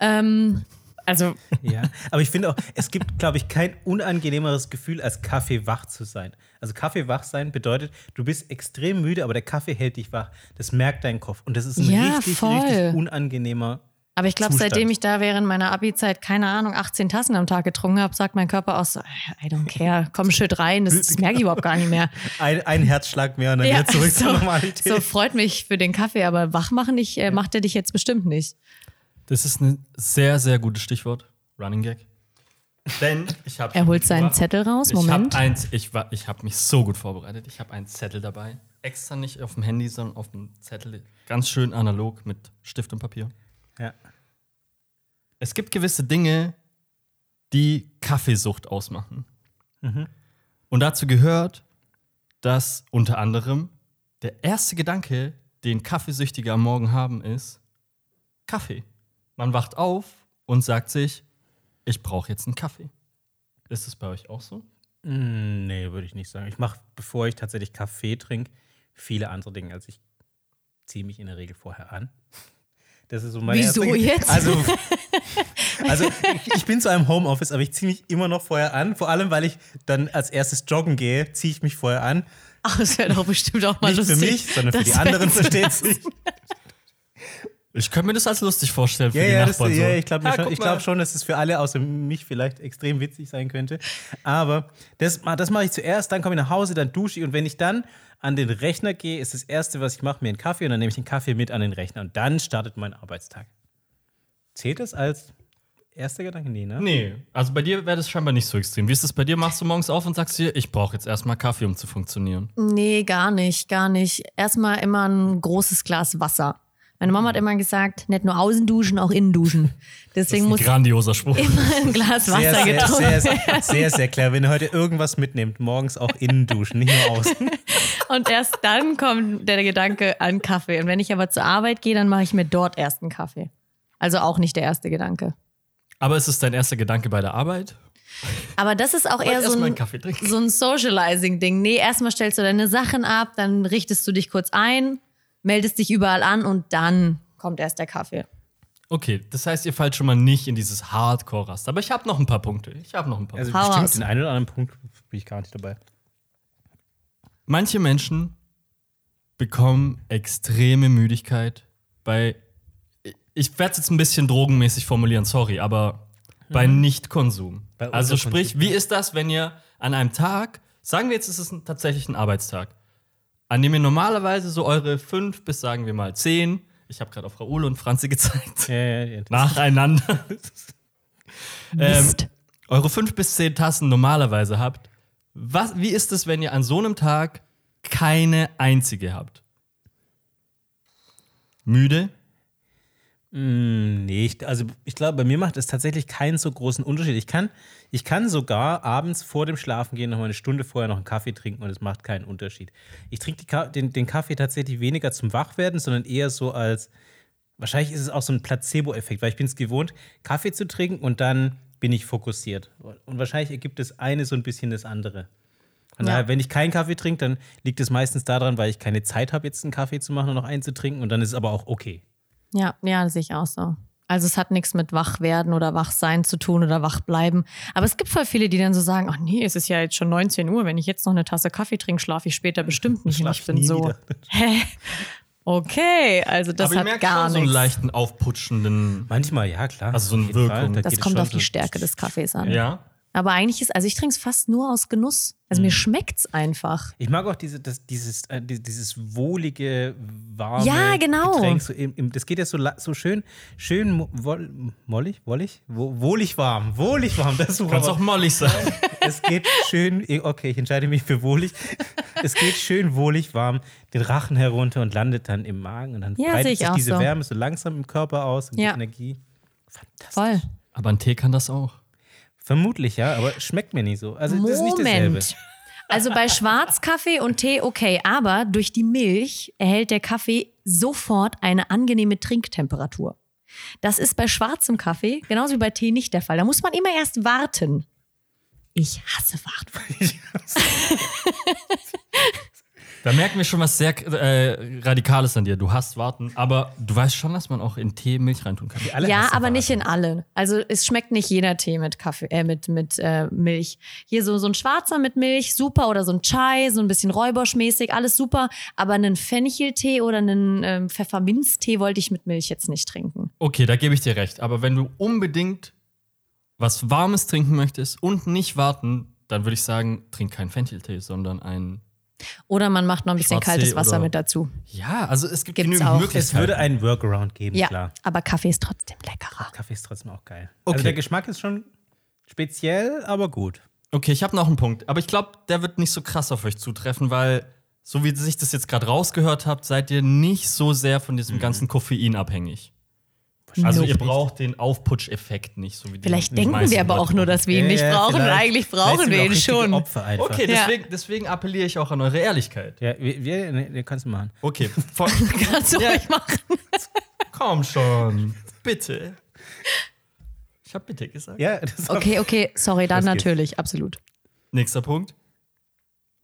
S3: Ähm, also
S1: Ja, aber ich finde auch, es gibt, glaube ich, kein unangenehmeres Gefühl, als Kaffee wach zu sein. Also Kaffee wach sein bedeutet, du bist extrem müde, aber der Kaffee hält dich wach. Das merkt dein Kopf. Und das ist ein
S3: Ja,
S1: richtig,
S3: voll.
S1: richtig unangenehmer.
S3: Aber ich glaube,
S1: Zustand.
S3: seitdem ich da während meiner Abi-Zeit, keine Ahnung, 18 Tassen am Tag getrunken habe, sagt mein Körper auch so, I don't care, komm schön rein, das, das merke ich überhaupt gar nicht mehr.
S1: Ein, ein Herzschlag mehr und dann wieder zurück zur Normalität.
S3: so freut mich für den Kaffee, aber wach machen, ich, äh, macht er dich jetzt bestimmt nicht.
S2: Das ist ein sehr, sehr gutes Stichwort. Running Gag. Denn ich habe.
S3: Er holt seinen Zettel raus, Moment.
S2: Ich habe eins, ich war, ich habe mich so gut vorbereitet. Ich habe einen Zettel dabei. Extra nicht auf dem Handy, sondern auf dem Zettel. Ganz schön analog mit Stift und Papier.
S1: Ja.
S2: Es gibt gewisse Dinge, die Kaffeesucht ausmachen. Und dazu gehört, dass unter anderem der erste Gedanke, den Kaffeesüchtige am Morgen haben, ist Kaffee. Man wacht auf und sagt sich, ich brauche jetzt einen Kaffee. Ist es bei euch auch so?
S1: Mm, Nee, würde ich nicht sagen. Ich mache, bevor ich tatsächlich Kaffee trinke, viele andere Dinge. Also ich ziehe mich in der Regel vorher an. Das ist so meine
S3: Wieso
S1: erste-
S3: jetzt?
S1: Also, also ich, ich bin zu einem Homeoffice, aber ich ziehe mich immer noch vorher an. Vor allem, weil ich dann als erstes joggen gehe, ziehe ich mich vorher an.
S3: Ach, das wäre doch bestimmt auch mal
S1: Nicht
S3: lustig.
S1: für mich, sondern für
S3: Das
S1: die
S3: wär-
S1: anderen, versteht sich.
S2: Ich könnte mir das als lustig vorstellen für
S1: Ja,
S2: die
S1: ja, das,
S2: Nachbarn. so.
S1: ja, ich glaube
S2: Ah,
S1: schon,
S2: guck
S1: ich glaub
S2: mal.
S1: schon, dass es für alle außer mich vielleicht extrem witzig sein könnte. Aber das, ma- das mache ich zuerst, dann komme ich nach Hause, dann dusche ich und wenn ich dann an den Rechner gehe, ist das Erste, was ich mache, mir einen Kaffee und dann nehme ich den Kaffee mit an den Rechner und dann startet mein Arbeitstag. Zählt das als erster Gedanke? Nee, ne?
S2: Nee, also bei dir wäre das scheinbar nicht so extrem. Wie ist das bei dir? Machst du morgens auf und sagst dir, ich brauche jetzt erstmal Kaffee, um zu funktionieren.
S3: Nee, gar nicht, gar nicht. Erstmal immer ein großes Glas Wasser. Meine Mama hat immer gesagt, nicht nur außen duschen, auch innen duschen. Deswegen
S2: Ein
S3: muss
S2: grandioser Spruch.
S3: immer ein Glas Wasser
S1: Sehr, sehr,
S3: getrunken
S1: sehr, sehr, sehr, sehr clever. Wenn ihr heute irgendwas mitnehmt, morgens auch innen duschen, nicht nur außen.
S3: Und erst dann kommt der Gedanke an Kaffee. Und wenn ich aber zur Arbeit gehe, dann mache ich mir dort erst einen Kaffee. Also auch nicht der erste Gedanke.
S2: Aber ist es dein erster Gedanke bei der Arbeit?
S3: Aber das ist auch eher so
S2: erstmal
S3: ein,
S2: einen Kaffee trinken.
S3: so ein Socializing-Ding. Nee, erstmal stellst du deine Sachen ab, dann richtest du dich kurz ein, meldest dich überall an und dann kommt erst der Kaffee.
S2: Okay, das heißt, ihr fallt schon mal nicht in dieses Hardcore-Rast. Aber ich habe noch ein paar Punkte. Ich habe noch ein paar
S1: Also
S2: Punkte.
S3: Hau
S1: bestimmt
S3: raus.
S1: den einen oder anderen Punkt bin ich gar nicht dabei.
S2: Manche Menschen bekommen extreme Müdigkeit bei. Ich werde es jetzt ein bisschen drogenmäßig formulieren, sorry, aber bei Nichtkonsum.
S1: Mhm. Bei
S2: Also
S1: Unterkonsum.
S2: sprich, wie ist das, wenn ihr an einem Tag, sagen wir jetzt, es ist ein, tatsächlich ein Arbeitstag, an dem ihr normalerweise so eure fünf bis sagen wir mal zehn, ich habe gerade auf Raoul und Franzi gezeigt,
S1: Ja, ja, ja.
S2: nacheinander, ähm,
S3: Mist.
S2: eure fünf bis zehn Tassen normalerweise habt. Was, wie ist es, wenn ihr an so einem Tag keine einzige habt? Müde?
S1: Mm, Nee, ich, also ich glaube, bei mir macht es tatsächlich keinen so großen Unterschied. Ich kann, ich kann sogar abends vor dem Schlafen gehen, noch mal eine Stunde vorher noch einen Kaffee trinken und es macht keinen Unterschied. Ich trinke die Ka den, den Kaffee tatsächlich weniger zum Wachwerden, sondern eher so als, wahrscheinlich ist es auch so ein Placebo-Effekt, weil ich bin es gewohnt, Kaffee zu trinken und dann bin ich fokussiert. Und wahrscheinlich ergibt das eine so ein bisschen das andere. Von
S3: Ja.
S1: daher, wenn ich keinen Kaffee trinke, dann liegt es meistens daran, weil ich keine Zeit habe, jetzt einen Kaffee zu machen und noch einen zu trinken und dann ist es aber auch okay.
S3: Ja, ja, das sehe ich auch so. Also es hat nichts mit Wachwerden oder Wachsein zu tun oder Wachbleiben. Aber es gibt voll viele, die dann so sagen, ach nee, es ist ja jetzt schon 19 Uhr, wenn ich jetzt noch eine Tasse Kaffee trinke, schlafe ich später bestimmt nicht. Und
S1: Schlaf
S3: ich
S1: ich
S3: bin
S1: nie
S3: so,
S1: wieder.
S3: hä? Okay, also das
S2: Aber ihr
S3: hat
S2: merkt
S3: gar
S2: schon so einen
S3: nichts.
S2: leichten aufputschenden.
S1: Manchmal, ja, klar.
S2: Also so eine
S1: Auf jeden Fall,
S2: Wirkung.
S1: da
S3: das
S1: geht es
S3: kommt
S1: schon
S3: auf die
S1: so.
S3: Stärke des Kaffees an.
S2: Ja.
S3: Aber eigentlich ist, also ich trinke es fast nur aus Genuss. Also
S1: Mhm.
S3: mir schmeckt's einfach.
S1: Ich mag auch diese, das, dieses, äh, die- dieses wohlige, warme
S3: Ja, genau.
S1: Getränk. So im, im, das geht ja so, la- so schön, schön mo- woll, mollig, wollig, wo, wohlig warm, wohlig warm. Das ist super.
S2: Kannst auch mollig sein.
S1: es geht schön, okay, ich entscheide mich für wohlig. Es geht schön wohlig warm den Rachen herunter und landet dann im Magen. Und dann
S3: Ja, sehe
S1: breitet
S3: ich
S1: sich
S3: auch
S1: diese
S3: so.
S1: Wärme so langsam im Körper aus und
S3: Ja.
S1: die Energie.
S3: Voll.
S2: Aber ein Tee kann das auch.
S1: Vermutlich, ja, aber schmeckt mir nicht so. Also, das ist nicht dasselbe.
S3: Moment. Also bei Schwarzkaffee und Tee okay, aber durch die Milch erhält der Kaffee sofort eine angenehme Trinktemperatur. Das ist bei schwarzem Kaffee genauso wie bei Tee nicht der Fall. Da muss man immer erst warten. Ich hasse warten.
S2: Da merken wir schon was sehr äh, Radikales an dir. Du hast Warten, aber du weißt schon, dass man auch in Tee Milch reintun kann.
S1: Alle
S3: ja,
S1: hassen
S3: aber
S1: Warten.
S3: nicht in allen. Also es schmeckt nicht jeder Tee mit Kaffee, äh, mit, mit äh, Milch. Hier so, so ein schwarzer mit Milch, super, oder so ein Chai, so ein bisschen räuberschmäßig, alles super. Aber einen Fencheltee oder einen ähm, Pfefferminztee wollte ich mit Milch jetzt nicht trinken.
S2: Okay, da gebe ich dir recht. Aber wenn du unbedingt was Warmes trinken möchtest und nicht warten, dann würde ich sagen, trink keinen Fencheltee, sondern einen.
S3: Oder man macht noch ein bisschen
S2: Schwarztee
S3: kaltes Wasser
S2: oder-
S3: mit dazu.
S2: Ja, also es gibt
S3: Gibt's
S2: genügend
S3: auch.
S1: Es
S2: Möglichkeiten.
S1: würde einen Workaround geben,
S3: Ja,
S1: klar.
S3: aber Kaffee ist trotzdem leckerer.
S1: Kaffee ist trotzdem auch geil.
S2: Okay.
S1: Also der Geschmack ist schon speziell, aber gut.
S2: okay, ich habe noch einen Punkt, aber ich glaube, der wird nicht so krass auf euch zutreffen, weil so wie ich das jetzt gerade rausgehört habt, seid ihr nicht so sehr von diesem ganzen Koffein abhängig. Also
S3: Nope.
S2: ihr braucht den Aufputscheffekt nicht, so wie die
S3: Vielleicht
S2: die
S3: denken
S2: meisten
S3: wir aber
S2: Leute
S3: auch nur,
S2: brauchen.
S3: dass wir ihn nicht brauchen.
S1: vielleicht-
S3: Eigentlich
S1: vielleicht
S3: brauchen
S1: sind
S3: wir
S1: auch
S3: ihn
S1: richtige
S3: schon.
S1: Opfer einfach.
S2: Okay,
S3: Ja.
S2: deswegen, deswegen appelliere ich auch an eure Ehrlichkeit.
S1: Ja, wir, wir ne, ne, kannst du machen.
S2: Okay, vor-
S3: Kannst du
S2: Ja.
S3: ruhig machen.
S2: komm schon. Bitte. Ich habe bitte gesagt.
S1: Ja, das
S3: Okay, okay, sorry, dann
S1: Das geht.
S3: natürlich, absolut.
S2: Nächster Punkt.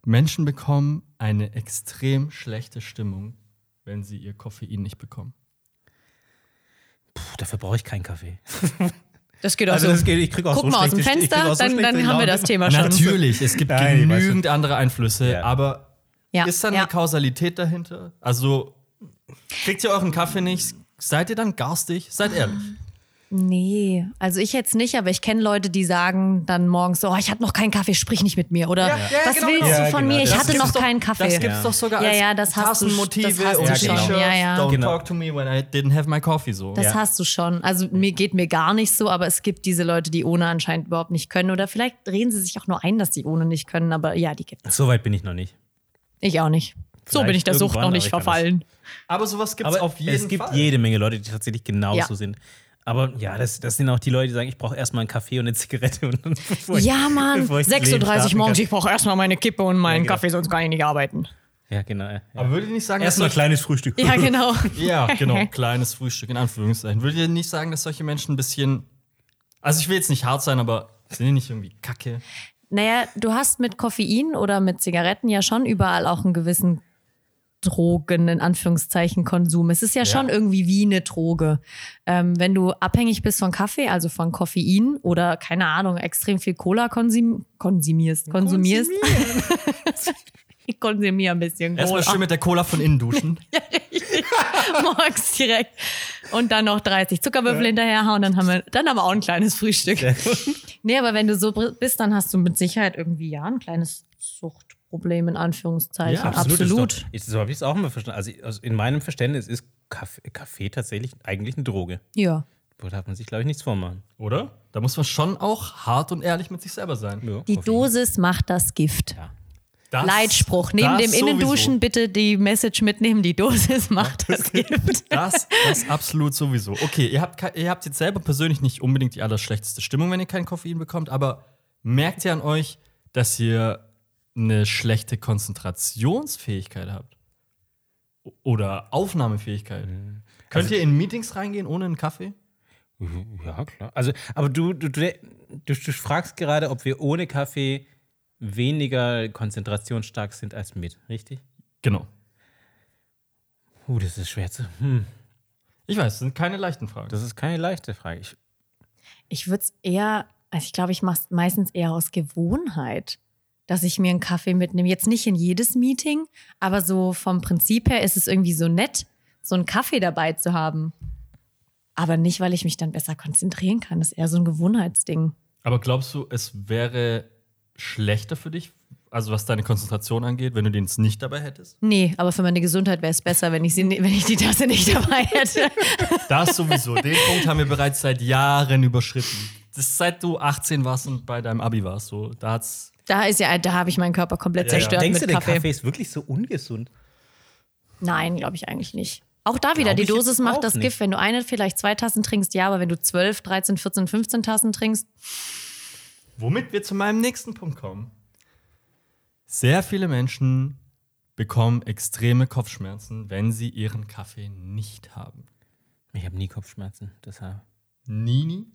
S2: Menschen bekommen eine extrem schlechte Stimmung, wenn sie ihr Koffein nicht bekommen.
S1: Puh, dafür brauche ich keinen Kaffee.
S3: Das geht auch
S1: Also
S3: so.
S1: das geht, ich krieg auch
S3: Guck
S1: so
S3: mal aus dem
S1: schlechte Sti- ich krieg
S3: Fenster,
S1: auch so
S3: dann,
S1: schlechte
S3: dann haben
S1: Laune.
S3: wir das Thema schon.
S2: Natürlich, es gibt
S1: Nein, ich weiß
S2: genügend andere Einflüsse,
S1: Ja.
S2: aber
S3: Ja,
S2: ist da eine
S3: ja.
S2: Kausalität dahinter? Also, kriegt ihr euren Kaffee nicht, seid ihr dann garstig? Seid ehrlich.
S3: Nee, also ich jetzt nicht, aber ich kenne Leute, die sagen dann morgens, oh, ich hatte noch keinen Kaffee, sprich nicht mit mir. Oder
S2: Ja, ja,
S3: was
S2: genau,
S3: willst
S1: genau.
S3: du von
S1: Ja,
S3: mir?
S1: genau,
S3: Ich
S1: das
S3: hatte
S1: gibt's
S3: noch
S2: doch-
S3: keinen Kaffee.
S2: Das gibt's doch sogar
S3: Ja,
S2: als
S3: ja, das hast du- das hast
S2: Tassenmotive
S3: du
S2: und
S1: schon.
S2: T-Shirts.
S3: Ja, ja.
S2: Don't
S1: Genau.
S2: talk to me when I didn't have my coffee. So.
S3: Das
S1: Ja.
S3: hast du schon. Also mir geht mir gar nicht so, aber es gibt diese Leute, die ohne anscheinend überhaupt nicht können. Oder vielleicht reden sie sich auch nur ein, dass die ohne nicht können, aber ja, die gibt
S1: So weit bin ich noch nicht.
S3: Ich auch nicht. so
S1: Vielleicht
S3: bin ich der Sucht
S1: irgendwann,
S3: noch
S1: aber
S3: nicht
S1: ich kann das-
S3: verfallen.
S2: Aber sowas gibt es
S1: Aber
S2: auf jeden
S1: es gibt
S2: Fall.
S1: jede Menge Leute, die tatsächlich genauso
S3: Ja.
S1: sind. Aber ja, das, das sind auch die Leute, die sagen, ich brauche erstmal einen Kaffee und eine Zigarette. Und dann, bevor ich-
S3: Ja, Mann,
S1: bevor ich das Leben
S3: 6.30 Uhr
S1: starten
S3: morgens,
S1: kann.
S3: ich brauche erstmal meine Kippe und meinen
S1: genau.
S3: Kaffee, sonst kann ich nicht arbeiten.
S1: Ja, genau. Ja.
S2: Aber würdet ihr nicht sagen,
S1: Erstmal
S2: dass
S1: kleines Frühstück.
S3: Ja, genau.
S2: Ja, genau. Kleines Frühstück, in Anführungszeichen. Würdet ihr nicht sagen, dass solche Menschen ein bisschen. Also, ich will jetzt nicht hart sein, aber sind die nicht irgendwie kacke?
S3: Naja, du hast mit Koffein oder mit Zigaretten ja schon überall auch einen gewissen Drogen, in Anführungszeichen, Konsum. Es ist ja,
S2: Ja.
S3: schon irgendwie wie eine Droge. Ähm, wenn du abhängig bist von Kaffee, also von Koffein oder, keine Ahnung, extrem viel Cola konsum konsumierst, konsumierst. ich konsumiere ein bisschen
S2: Erstmal
S3: Cola.
S2: schön mit der Cola von innen duschen.
S3: morgens direkt und dann noch 30 Zuckerwürfel hinterherhauen, dann haben wir dann aber auch ein kleines Frühstück. Nee, aber wenn du so br- bist, dann hast du mit Sicherheit irgendwie ja ein kleines Suchtproblem in Anführungszeichen. absolut.
S1: Ist doch, ist, so habe ich es auch immer verstanden. Also, also in meinem Verständnis ist Kaffee, Kaffee tatsächlich eigentlich eine Droge.
S3: Ja.
S1: Da darf man sich, glaube ich, nichts vormachen.
S2: Oder? Da muss man schon auch hart und ehrlich mit sich selber sein.
S1: Ja,
S3: Die
S1: Koffein.
S3: Dosis macht das Gift.
S1: Ja.
S2: Das-
S3: Leitspruch. Neben
S2: das
S3: dem Innenduschen
S2: sowieso.
S3: bitte die Message mitnehmen, die Dosis macht das Gift.
S2: Das, das absolut sowieso. Okay, ihr habt, ke- ihr habt jetzt selber persönlich nicht unbedingt die allerschlechteste Stimmung, wenn ihr kein Koffein bekommt, aber merkt ihr an euch, dass ihr eine schlechte Konzentrationsfähigkeit habt? O- Oder Aufnahmefähigkeit? Könnt ihr in Meetings reingehen ohne einen Kaffee?
S1: Ja, klar. Also, aber du, du, du, du, du fragst gerade, ob wir ohne Kaffee weniger konzentrationsstark sind als mit, richtig?
S2: Genau.
S1: Uh, das ist schwer zu. Hm,
S2: Ich weiß, das sind keine leichten Fragen.
S1: das ist keine leichte Frage. Ich,
S3: Ich würde es eher, also ich glaube, ich mache es meistens eher aus Gewohnheit, dass ich mir einen Kaffee mitnehme. Jetzt nicht in jedes Meeting, aber so vom Prinzip her ist es irgendwie so nett, so einen Kaffee dabei zu haben. Aber nicht, weil ich mich dann besser konzentrieren kann. Das ist eher so ein Gewohnheitsding.
S2: aber glaubst du, es wäre schlechter für dich, also was deine Konzentration angeht, wenn du den jetzt nicht dabei hättest?
S3: Nee, aber für meine Gesundheit wäre es besser, wenn ich, sie, ne- wenn ich die Tasse nicht dabei hätte.
S2: Das sowieso. Den Punkt haben wir bereits seit Jahren überschritten. Das ist, seit du 18 warst und bei deinem Abi warst. So, da hat's.
S3: Da ist ja, da habe ich meinen Körper komplett
S2: Ja, ja.
S3: zerstört
S1: Denkst du,
S3: mit
S1: der
S3: Kaffee.
S1: Kaffee ist wirklich so ungesund?
S3: Nein, glaube ich eigentlich nicht. Auch da wieder,
S1: Glaub
S3: die
S1: ich jetzt
S3: Dosis macht
S1: auch
S3: das
S1: nicht.
S3: Gift. Wenn du eine, vielleicht zwei Tassen trinkst, ja, aber wenn du 12, 13, 14, 15 Tassen trinkst,
S2: Womit wir zu meinem nächsten Punkt kommen. Sehr viele Menschen bekommen extreme Kopfschmerzen, wenn sie ihren Kaffee nicht haben.
S1: Ich habe nie Kopfschmerzen, deshalb.
S2: Nini?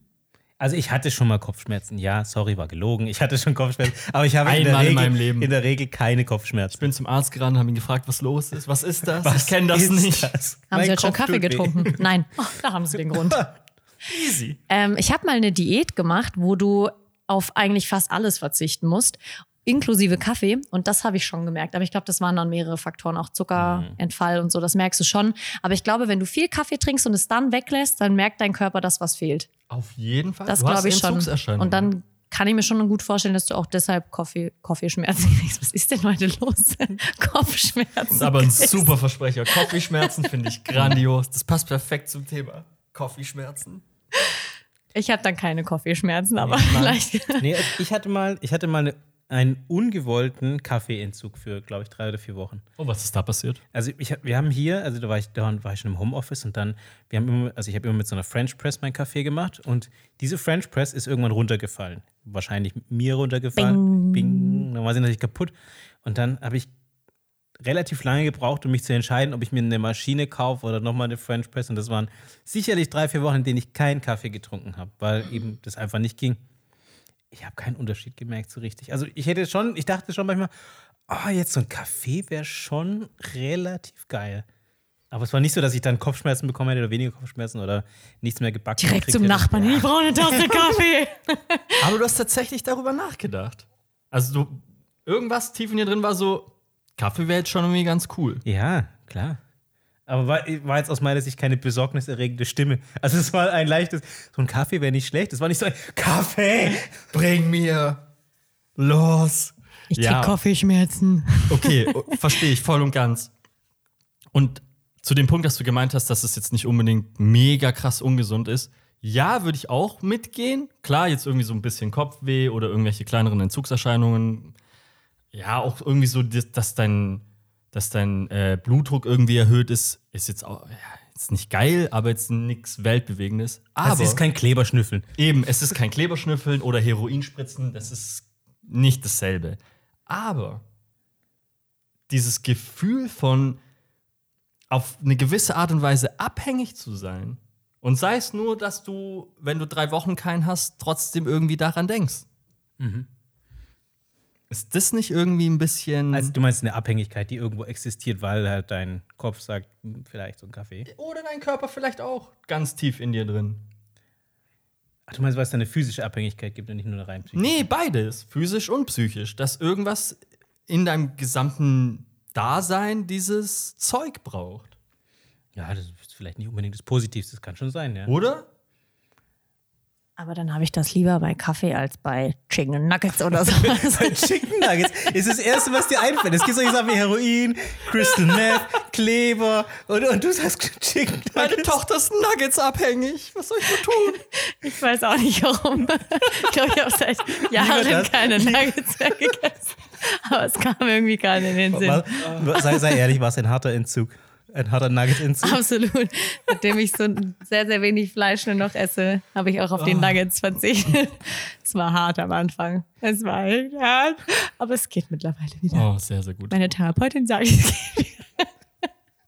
S1: Also ich hatte schon mal Kopfschmerzen. Ja, sorry, war gelogen. Ich hatte schon Kopfschmerzen, aber ich habe in der,
S2: Einmal in
S1: Regel,
S2: meinem Leben.
S1: in der Regel keine
S2: Ich
S1: Kopfschmerzen.
S2: bin zum Arzt gerannt, habe ihn gefragt, was los ist. Was ist das? ich kenne
S1: ist
S2: das nicht.
S1: das?
S3: haben
S1: Mein
S3: sie jetzt schon
S1: Kopf
S3: Kaffee
S1: tut weh.
S3: getrunken. Nein, oh, da haben sie den Grund.
S2: Easy.
S3: Ähm, ich habe mal eine Diät gemacht, wo du auf eigentlich fast alles verzichten musst, inklusive Kaffee. Und das habe ich schon gemerkt. Aber ich glaube, das waren dann mehrere Faktoren, auch
S1: Mhm.
S3: Zuckerentfall und so, das merkst du schon. Aber ich glaube, wenn du viel Kaffee trinkst und es dann weglässt, dann merkt dein Körper das, was fehlt.
S2: Auf jeden Fall.
S3: Das
S2: Du hast
S3: glaube ich schon.
S2: Entzugserscheinungen.
S3: Und dann kann ich mir schon gut vorstellen, dass du auch deshalb Koffee, Koffeeschmerzen kriegst. Was ist denn heute los?
S2: Das
S3: Kopfschmerzen.
S2: ist aber ein
S3: kriegst.
S2: super Versprecher. Koffeeschmerzen finde ich grandios. Das passt perfekt zum Thema. Koffeeschmerzen.
S3: Ich habe dann keine Koffeeschmerzen, aber
S2: Nein.
S3: vielleicht.
S1: Nee, also ich hatte mal, ich hatte mal eine, einen ungewollten Kaffeeentzug für, glaube ich, drei oder vier Wochen.
S2: Oh, was ist da passiert?
S1: Also ich, hab- wir haben hier, also da war ich, da war ich schon im Homeoffice und dann, wir haben immer, also ich habe immer mit so einer French Press meinen Kaffee gemacht und diese French Press ist irgendwann runtergefallen. Wahrscheinlich mir runtergefallen. Bing. Dann war sie natürlich kaputt. Und dann habe ich relativ lange gebraucht, um mich zu entscheiden, ob ich mir eine Maschine kaufe oder nochmal eine French Press. Und das waren sicherlich drei, vier Wochen, in denen ich keinen Kaffee getrunken habe, weil eben das einfach nicht ging. ich habe keinen Unterschied gemerkt so richtig. Also ich hätte schon, ich dachte schon manchmal, oh, jetzt so ein Kaffee wäre schon relativ geil. Aber es war nicht so, dass ich dann Kopfschmerzen bekommen hätte oder weniger Kopfschmerzen oder nichts mehr gebacken
S3: Direkt
S1: gekriegt
S3: zum
S1: hätte.
S3: Nachbarn. Ich brauche eine Tasse Kaffee.
S2: Aber du hast tatsächlich darüber nachgedacht. Also du, irgendwas tief in dir drin war so, Kaffee wäre jetzt schon irgendwie ganz cool.
S1: Ja, klar. Aber war, war jetzt aus meiner Sicht keine besorgniserregende Stimme. Also es war ein leichtes, so ein Kaffee wäre nicht schlecht. Es war nicht so ein Kaffee.
S2: Bring mir los.
S3: Ich krieg
S2: Ja.
S3: Kaffeeschmerzen.
S2: Okay, o- verstehe ich voll und ganz. Und zu dem Punkt, dass du gemeint hast, dass es jetzt nicht unbedingt mega krass ungesund ist. Ja, würde ich auch mitgehen. Klar, jetzt irgendwie so ein bisschen Kopfweh oder irgendwelche kleineren Entzugserscheinungen. Ja, auch irgendwie so, dass dass dein, dass dein äh, Blutdruck irgendwie erhöht ist, ist jetzt auch ja, jetzt nicht geil, aber jetzt nichts Weltbewegendes. Aber Mhm.
S1: Also es ist kein Kleberschnüffeln.
S2: Eben, es ist kein Kleberschnüffeln oder Heroinspritzen, das ist nicht dasselbe. Aber dieses Gefühl von auf eine gewisse Art und Weise abhängig zu sein und sei es nur, dass du, wenn du drei Wochen keinen hast, trotzdem irgendwie daran denkst. Ist das nicht irgendwie ein bisschen.
S1: Also du meinst eine Abhängigkeit, die irgendwo existiert, weil halt dein Kopf sagt, hm, vielleicht so ein Kaffee.
S2: Oh, oder dein Körper vielleicht auch ganz tief in dir drin.
S1: Ach, du meinst, weil es da eine physische Abhängigkeit gibt und nicht nur eine rein psychische.
S2: Nee, beides, physisch und psychisch, dass irgendwas in deinem gesamten Dasein dieses Zeug braucht.
S1: Ja, das ist vielleicht nicht unbedingt das Positivste, das kann schon sein, ja.
S2: Oder?
S3: Aber dann habe ich das lieber bei Kaffee als bei Chicken Nuggets oder so.
S1: Chicken Nuggets ist das Erste, was dir einfällt. Es gibt solche Sachen wie Heroin, Crystal Meth, Kleber und, und du sagst Chicken
S2: Meine Tochter ist Nuggets abhängig. Was soll ich nur tun?
S3: ich weiß auch nicht warum. Ich glaube, ich habe seit Jahren
S1: das.
S3: keine Nuggets mehr gegessen. Aber es kam irgendwie gerade in den Sinn.
S1: War, sei, sei ehrlich, war es ein harter Entzug. Ein harter Nuggets-Entzug.
S3: Absolut. Nachdem ich so sehr, sehr wenig Fleisch nur noch esse, habe ich auch auf
S2: Ah.
S3: den Nuggets verzichtet. Es war hart am Anfang. Es war echt hart. Aber es geht mittlerweile wieder.
S2: Oh, sehr, sehr gut.
S3: Meine Therapeutin sagt, es geht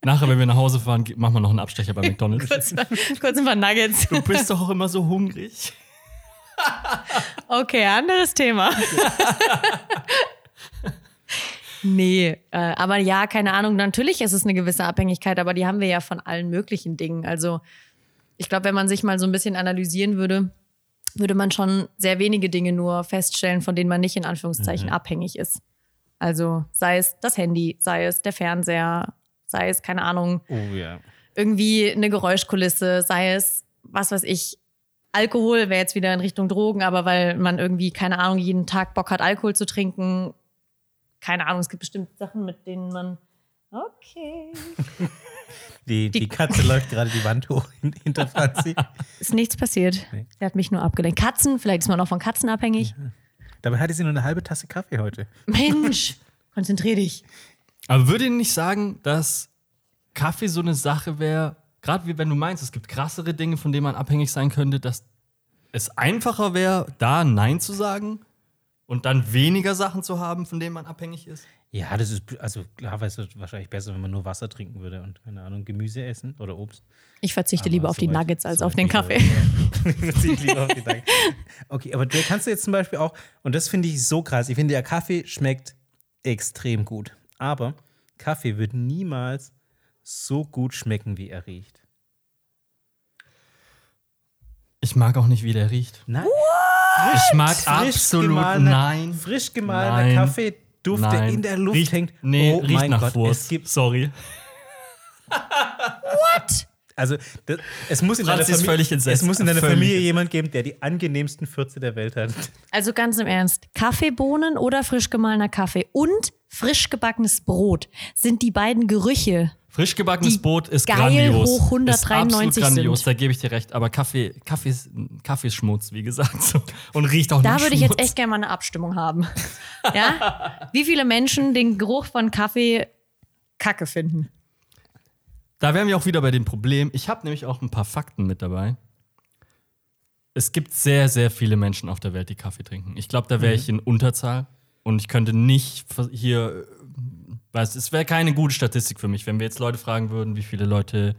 S2: Nachher, wenn wir nach Hause fahren, ge- machen wir noch einen Abstecher bei McDonalds.
S3: kurz, mal- kurz ein paar Nuggets.
S2: Du bist doch auch immer so hungrig.
S3: Okay, anderes Thema. Nee, äh, aber ja, keine Ahnung. Natürlich ist es eine gewisse Abhängigkeit, aber die haben wir ja von allen möglichen Dingen. Also ich glaube, wenn man sich mal so ein bisschen analysieren würde, würde man schon sehr wenige Dinge nur feststellen, von denen man nicht in Anführungszeichen abhängig ist. Also sei es das Handy, sei es der Fernseher, sei es, keine Ahnung,
S1: Oh ja.
S3: irgendwie eine Geräuschkulisse, sei es, was weiß ich, Alkohol wäre jetzt wieder in Richtung Drogen, aber weil man irgendwie, keine Ahnung, jeden Tag Bock hat, Alkohol zu trinken. Keine Ahnung, es gibt bestimmt Sachen, mit denen man. Okay.
S1: Die, die,
S3: Die-
S1: Katze läuft gerade die Wand hoch hin- hinter Franzi.
S3: Ist nichts passiert.
S1: Nee.
S3: Er hat mich nur abgelenkt. Katzen, vielleicht ist man auch von Katzen abhängig.
S1: Dabei hatte sie nur eine halbe Tasse Kaffee heute.
S3: Mensch, konzentrier dich.
S2: Aber würde ich nicht sagen, dass Kaffee so eine Sache wäre, gerade wie wenn du meinst, es gibt krassere Dinge, von denen man abhängig sein könnte, dass es einfacher wäre, da Nein zu sagen und dann weniger Sachen zu haben, von denen man abhängig ist?
S1: Ja, das ist, also klar, wäre es wahrscheinlich besser, wenn man nur Wasser trinken würde und, keine Ahnung, Gemüse essen oder Obst.
S3: Ich verzichte
S1: Aber
S3: lieber auf die
S1: soweit-
S3: Nuggets als
S1: soweit
S3: auf den
S1: nicht,
S3: Kaffee.
S1: aber- Verzicht lieber auf die Nuggets. okay, aber Jay, kannst du jetzt zum Beispiel auch, und das finde ich so krass, ich finde, der Kaffee schmeckt extrem gut. Aber Kaffee wird niemals so gut schmecken, wie er riecht.
S2: Ich mag auch nicht, wie der riecht.
S1: Nein.
S2: Ich mag
S1: Frisch
S2: absolut
S1: gemahlener-
S2: nein.
S1: Frisch gemahlener
S2: Nein.
S1: Kaffeeduft, der
S2: nein.
S1: in der Luft
S2: riecht,
S1: hängt.
S2: Nee,
S1: oh
S2: riecht
S1: mein
S2: nach
S1: Gott,
S2: Wurst.
S1: es gibt
S2: Sorry.
S1: also das, es muss in deiner
S2: Franzi ist
S1: Familie,
S2: völlig entsetzt.
S1: es muss in deiner
S2: Völlig
S1: Familie
S2: entsetzt.
S1: jemand geben, der die angenehmsten Fürze der Welt hat.
S3: Also ganz im Ernst, Kaffeebohnen oder frisch gemahlener Kaffee und frisch gebackenes Brot sind die beiden Gerüche,
S2: Frisch gebackenes
S3: Die
S2: Brot ist
S3: geil
S2: grandios.
S3: hoch 193
S2: ist absolut grandios,
S3: sind.
S2: da gebe ich dir recht. Aber Kaffee, Kaffee, ist, Kaffee ist Schmutz, wie gesagt. So. Und riecht auch
S3: Da
S2: nach
S3: würde ich jetzt
S2: Schmutz.
S3: echt gerne mal eine Abstimmung haben. Ja? Wie viele Menschen den Geruch von Kaffee kacke finden?
S2: Da wären wir auch wieder bei dem Problem. Ich habe nämlich auch ein paar Fakten mit dabei. Es gibt sehr, sehr viele Menschen auf der Welt, die Kaffee trinken. Ich glaube, da wäre ich in Unterzahl und ich könnte nicht ver- hier, äh, weiß, es wäre keine gute Statistik für mich, wenn wir jetzt Leute fragen würden, wie viele Leute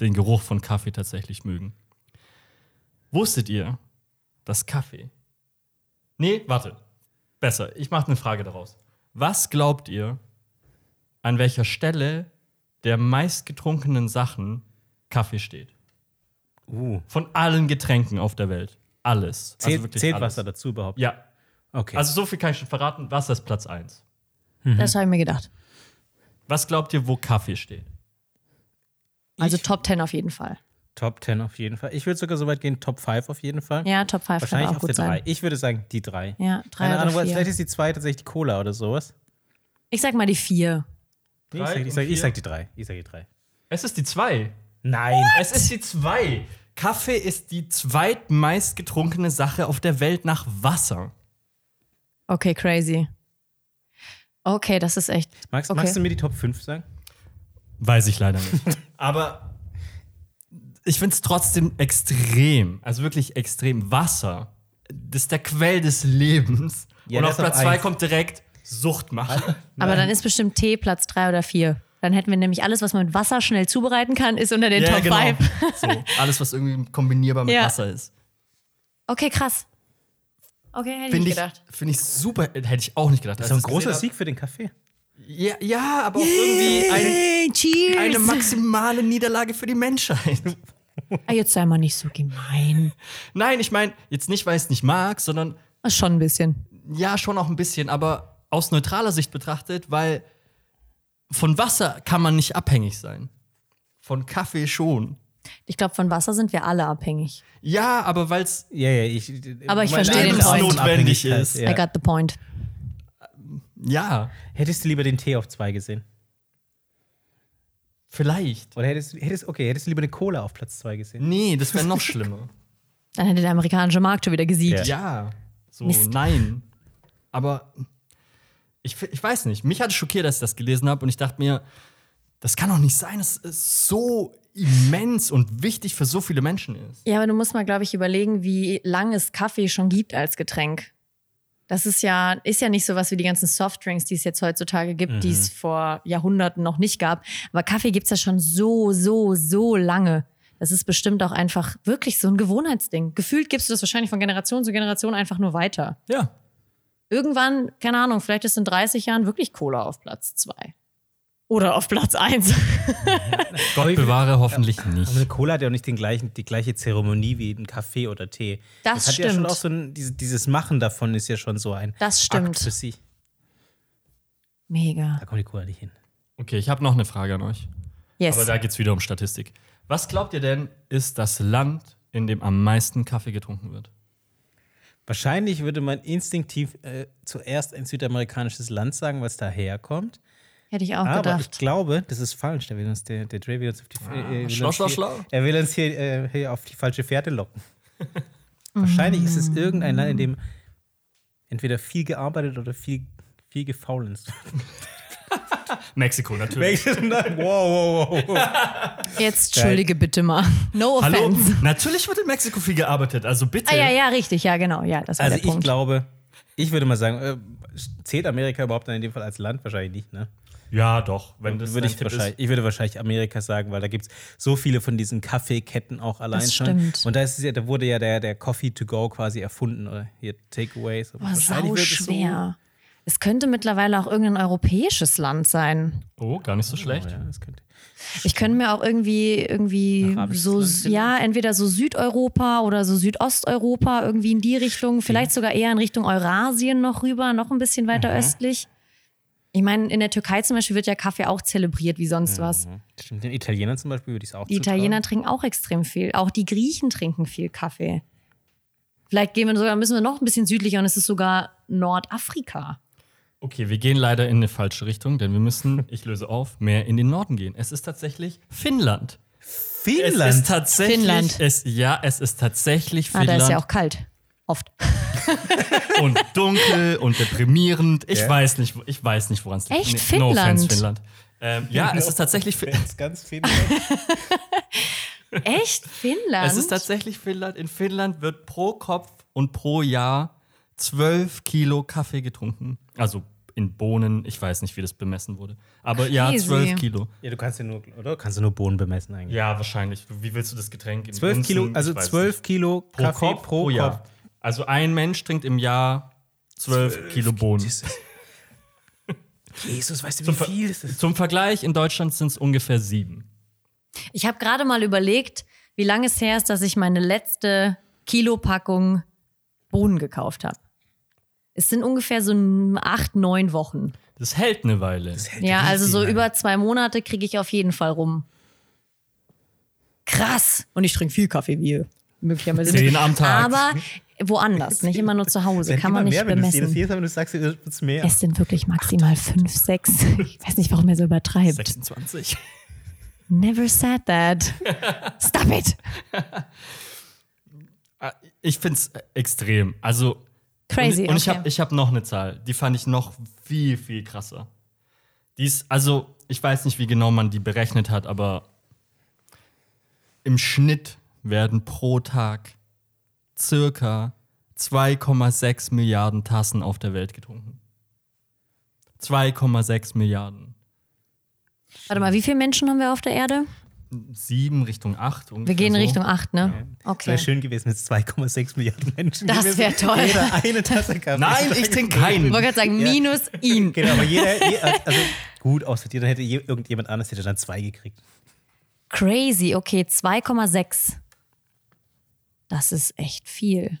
S2: den Geruch von Kaffee tatsächlich mögen. Wusstet ihr, dass Kaffee Nee, warte. Besser. Ich mache eine Frage daraus. Was glaubt ihr, an welcher Stelle der meistgetrunkenen Sachen Kaffee steht?
S1: Uh,
S2: Von allen Getränken auf der Welt. Alles.
S1: zählt,
S2: also wirklich
S1: zählt
S2: alles.
S1: Wasser dazu überhaupt?
S2: Ja.
S1: Okay.
S2: Also so viel kann ich schon verraten. Wasser ist Platz 1.
S1: Mhm.
S3: Das habe ich mir gedacht.
S2: Was glaubt ihr, wo Kaffee steht?
S3: Also
S1: Ich-
S3: Top 10 auf jeden Fall.
S1: Top 10 auf jeden Fall. Ich würde sogar so weit gehen, Top 5 auf jeden Fall.
S3: Ja, Top 5
S1: Wahrscheinlich
S3: kann auch
S1: auf der
S3: gut
S1: 3.
S3: sein.
S1: Ich würde sagen, die 3.
S3: Ja, drei
S1: Keine
S3: oder
S1: Ahnung, was-
S3: vier.
S1: vielleicht ist die 2 tatsächlich die Cola oder sowas.
S3: Ich sag mal die 4.
S1: Nee, ich,
S2: Drei
S1: sag, ich,
S2: und
S1: sag, ich
S2: vier.
S1: sag die 3. Ich sag die 3.
S2: Es ist die 2.
S1: Nein.
S2: Es ist die 2. Kaffee ist die zweitmeist getrunkene Sache auf der Welt nach Wasser.
S3: Okay, crazy. Okay, das ist echt.
S1: Magst,
S3: okay.
S1: magst du mir die Top 5 sagen?
S2: Weiß ich leider nicht. Aber ich finde es trotzdem extrem, also wirklich extrem. Wasser, das ist der Quell des Lebens.
S1: Ja,
S2: Und
S1: das
S2: auf
S1: auf
S2: Platz 2
S1: eins.
S2: kommt direkt Suchtmacher.
S3: Aber dann ist bestimmt Tee Platz 3 oder 4. Dann hätten wir nämlich alles, was man mit Wasser schnell zubereiten kann, ist unter den Top
S1: genau.
S3: 5.
S2: genau. So, alles, was irgendwie kombinierbar mit
S3: Ja.
S2: Wasser ist.
S3: Okay, krass. Okay, hätte ich
S2: Finde
S3: nicht
S2: ich,
S3: gedacht.
S2: finde ich super, hätte ich auch nicht gedacht.
S1: Das ist
S2: Als
S1: ein
S2: ich das
S1: großer
S2: gesehen
S1: Sieg für den Kaffee.
S2: hab- Ja, ja, aber auch irgendwie ein,
S3: Hey, cheers!
S2: eine maximale Niederlage für die Menschheit.
S3: ah, jetzt sei mal nicht so gemein.
S2: Nein, ich meine, jetzt nicht, weil ich es nicht mag, sondern
S3: Das ist schon ein bisschen.
S2: ja, schon auch ein bisschen, aber aus neutraler Sicht betrachtet, weil von Wasser kann man nicht abhängig sein. Von Kaffee schon.
S3: Ich glaube, von Wasser sind wir alle abhängig.
S2: Ja, aber weil es
S1: Ja, ja, ich.
S3: Aber ich
S1: meine
S3: verstehe den Point.
S2: Lebensnotwendig ist.
S1: Ja.
S3: I got the point.
S2: ja,
S1: Hättest du lieber den Tee auf 2 gesehen?
S2: vielleicht.
S1: Oder hättest, hättest, okay, hättest du lieber eine Cola auf Platz 2 gesehen?
S2: Nee, das wäre noch schlimmer.
S3: Dann hätte der amerikanische Markt schon wieder gesiegt.
S2: Ja, so
S3: Mist.
S2: nein. Aber ich, f- ich weiß nicht. Mich hat es schockiert, als ich das gelesen habe und ich dachte mir, das kann doch nicht sein, dass es so immens und wichtig für so viele Menschen ist.
S3: Ja, aber du musst mal, glaube ich, überlegen, wie lange es Kaffee schon gibt als Getränk. Das ist ja, ist ja nicht so was wie die ganzen Softdrinks, die es jetzt heutzutage gibt, die es vor Jahrhunderten noch nicht gab. Aber Kaffee gibt's ja schon so, so, so lange. Das ist bestimmt auch einfach wirklich so ein Gewohnheitsding. Gefühlt gibst du das wahrscheinlich von Generation zu Generation einfach nur weiter.
S2: Ja.
S3: Irgendwann, keine Ahnung, vielleicht ist in 30 Jahren wirklich Cola auf Platz zwei Oder auf Platz eins.
S2: Gott bewahre hoffentlich nicht.
S1: Aber eine Also Cola hat ja auch nicht den gleichen, die gleiche Zeremonie wie ein Kaffee oder Tee.
S3: Das
S1: hat ja schon
S3: stimmt.
S1: auch so ein, diese, dieses Machen davon ist ja schon so ein.
S3: Das
S1: Akt für
S3: stimmt.
S1: sich.
S3: Mega.
S1: Da kommt die Cola nicht hin.
S2: Okay, ich habe noch eine Frage an euch.
S3: Yes.
S2: Aber da geht es wieder um Statistik. Was glaubt ihr denn, ist das Land, in dem am meisten Kaffee getrunken wird?
S1: Wahrscheinlich würde man instinktiv äh, zuerst ein südamerikanisches Land sagen, was daherkommt.
S3: Hätte ich auch
S1: Aber
S3: gedacht.
S1: ich glaube, das ist falsch. Der will uns, der, der Dre will uns auf die. äh, will
S2: schlau,
S1: uns
S2: schlau,
S1: hier,
S2: schlau.
S1: Er will uns hier, äh, hier auf die falsche Fährte locken. Wahrscheinlich ist
S3: Mhm.
S1: es irgendein Land, in dem entweder viel gearbeitet oder viel, viel gefaulenzt.
S2: Mexiko natürlich.
S1: Welches Land? wow, wow, wow.
S3: Jetzt
S1: Äh,
S3: entschuldige bitte mal. No
S2: Hallo?
S3: offense.
S2: Natürlich wird in Mexiko viel gearbeitet, also bitte.
S3: Ah ja, ja, richtig, ja, genau. Ja, das war
S1: Also
S3: der
S1: ich
S3: Punkt.
S1: glaube, ich würde mal sagen, äh, zählt Amerika überhaupt dann in dem Fall als Land? Wahrscheinlich nicht, ne?
S2: Ja, doch, wenn das
S1: würde
S2: dein
S1: ich,
S2: Tipp ist.
S1: wahrscheinlich, ich würde wahrscheinlich Amerika sagen, weil da gibt es so viele von diesen Kaffeeketten auch allein
S3: Das
S1: schon.
S3: stimmt.
S1: Und da, ist es ja, da wurde ja der, der Coffee to go quasi erfunden oder hier Takeaways.
S3: War sau
S1: wird es
S3: schwer. Es könnte mittlerweile auch irgendein europäisches Land sein.
S2: Oh, gar nicht so schlecht.
S1: So, ja, das könnte.
S3: Ich könnte mir auch irgendwie, irgendwie
S1: Arabisches
S3: so,
S1: Land vielleicht?
S3: ja, entweder so Südeuropa oder so Südosteuropa, irgendwie in die Richtung, vielleicht sogar eher in Richtung Eurasien noch rüber, noch ein bisschen weiter
S1: Mhm.
S3: östlich. Ich meine, in der Türkei zum Beispiel wird ja Kaffee auch zelebriert wie sonst was.
S1: Mhm. Stimmt, den Italienern zum Beispiel würde ich es auch
S3: Die
S1: zutrauen.
S3: Italiener trinken auch extrem viel. Auch die Griechen trinken viel Kaffee. Vielleicht gehen wir sogar, müssen wir noch ein bisschen südlicher und es ist sogar Nordafrika.
S2: Okay, wir gehen leider in eine falsche Richtung, denn wir müssen, ich löse auf, mehr in den Norden gehen. Es ist tatsächlich Finnland. Es ist
S1: Finnland!
S2: tatsächlich.
S3: Finnland.
S2: Es, ja, es ist tatsächlich
S3: Ah,
S2: Finnland.
S3: da ist ja auch kalt. Oft.
S2: und dunkel und deprimierend. Ich
S1: Ja.
S2: weiß nicht, wo- ich weiß nicht, woran es liegt.
S3: Echt?
S2: No
S3: Finnland?
S2: offense, Finnland. Ähm, ja, es ist tatsächlich Fi-
S1: Ganz, ganz Finnland.
S3: Echt? Finnland?
S2: es ist tatsächlich Finnland. In Finnland wird pro Kopf und pro Jahr 12 Kilo Kaffee getrunken. Also in Bohnen, ich weiß nicht, wie das bemessen wurde. Aber ja,
S3: Crazy.
S2: 12 Kilo.
S1: ja, du kannst ja nur, oder? Kannst du nur Bohnen bemessen eigentlich.
S2: Ja, wahrscheinlich. Wie willst du das Getränk in
S1: 12 Kilo,
S2: Unzen? Ich
S1: also
S2: weiß
S1: 12 Kilo
S2: nicht. pro
S1: Kaffee
S2: Kopf pro,
S1: pro
S2: Jahr.
S1: Kopf.
S2: Also ein Mensch trinkt im Jahr 12, Kilo Bohnen.
S1: Jesus. Jesus, weißt du,
S2: Zum
S1: wie
S2: Ver-
S1: viel es ist?
S2: Zum Vergleich, in Deutschland sind es ungefähr sieben.
S3: Ich habe gerade mal überlegt, wie lange es her ist, dass ich meine letzte Kilopackung Bohnen gekauft habe. Es sind ungefähr so n- acht, neun Wochen.
S2: Das hält eine Weile.
S1: Das hält
S3: Ja,
S1: richtig
S3: also so
S1: lange.
S3: über zwei Monate kriege ich auf jeden Fall rum. Krass. Und ich trinke viel Kaffee, wie ihr möglicherweise.
S2: Zehn am Tag.
S3: Aber woanders, nicht immer nur zu Hause.
S1: Werden
S3: Kann man
S1: immer
S3: nicht
S1: mehr, wenn du es
S3: bemessen.
S1: jedes- Jedes Mal, wenn du sagst, es wird's mehr.
S3: Es sind wirklich maximal fünf, sechs. Ich weiß nicht, warum er so übertreibt.
S2: 26.
S3: Never said that. Stop it.
S2: Ah, Ich finde es extrem. Also.
S3: Crazy,
S2: Und, und ich
S3: okay.
S2: habe ich hab noch eine Zahl. Die fand ich noch viel, viel krasser. Die ist, also, ich weiß nicht, wie genau man die berechnet hat, aber im Schnitt werden pro Tag circa 2,6 Milliarden Tassen auf der Welt getrunken. 2,6 Milliarden.
S3: Warte mal, wie viele Menschen haben wir auf der Erde?
S2: Sieben Richtung acht.
S3: Wir gehen Richtung 8, ne?
S1: Es wäre
S3: Okay.
S1: schön gewesen, wenn es 2,6 Milliarden Menschen
S3: Das
S1: gewesen
S3: wär toll.
S1: Jeder eine Tasse Kaffee.
S2: Nein, ich trinke keinen.
S3: Ich wollte gerade sagen, minus ihn.
S1: Genau, aber jeder, je- also gut, außer dir, dann hätte je- irgendjemand anders hätte dann zwei gekriegt.
S3: Crazy, okay, 2,6. Das ist echt viel.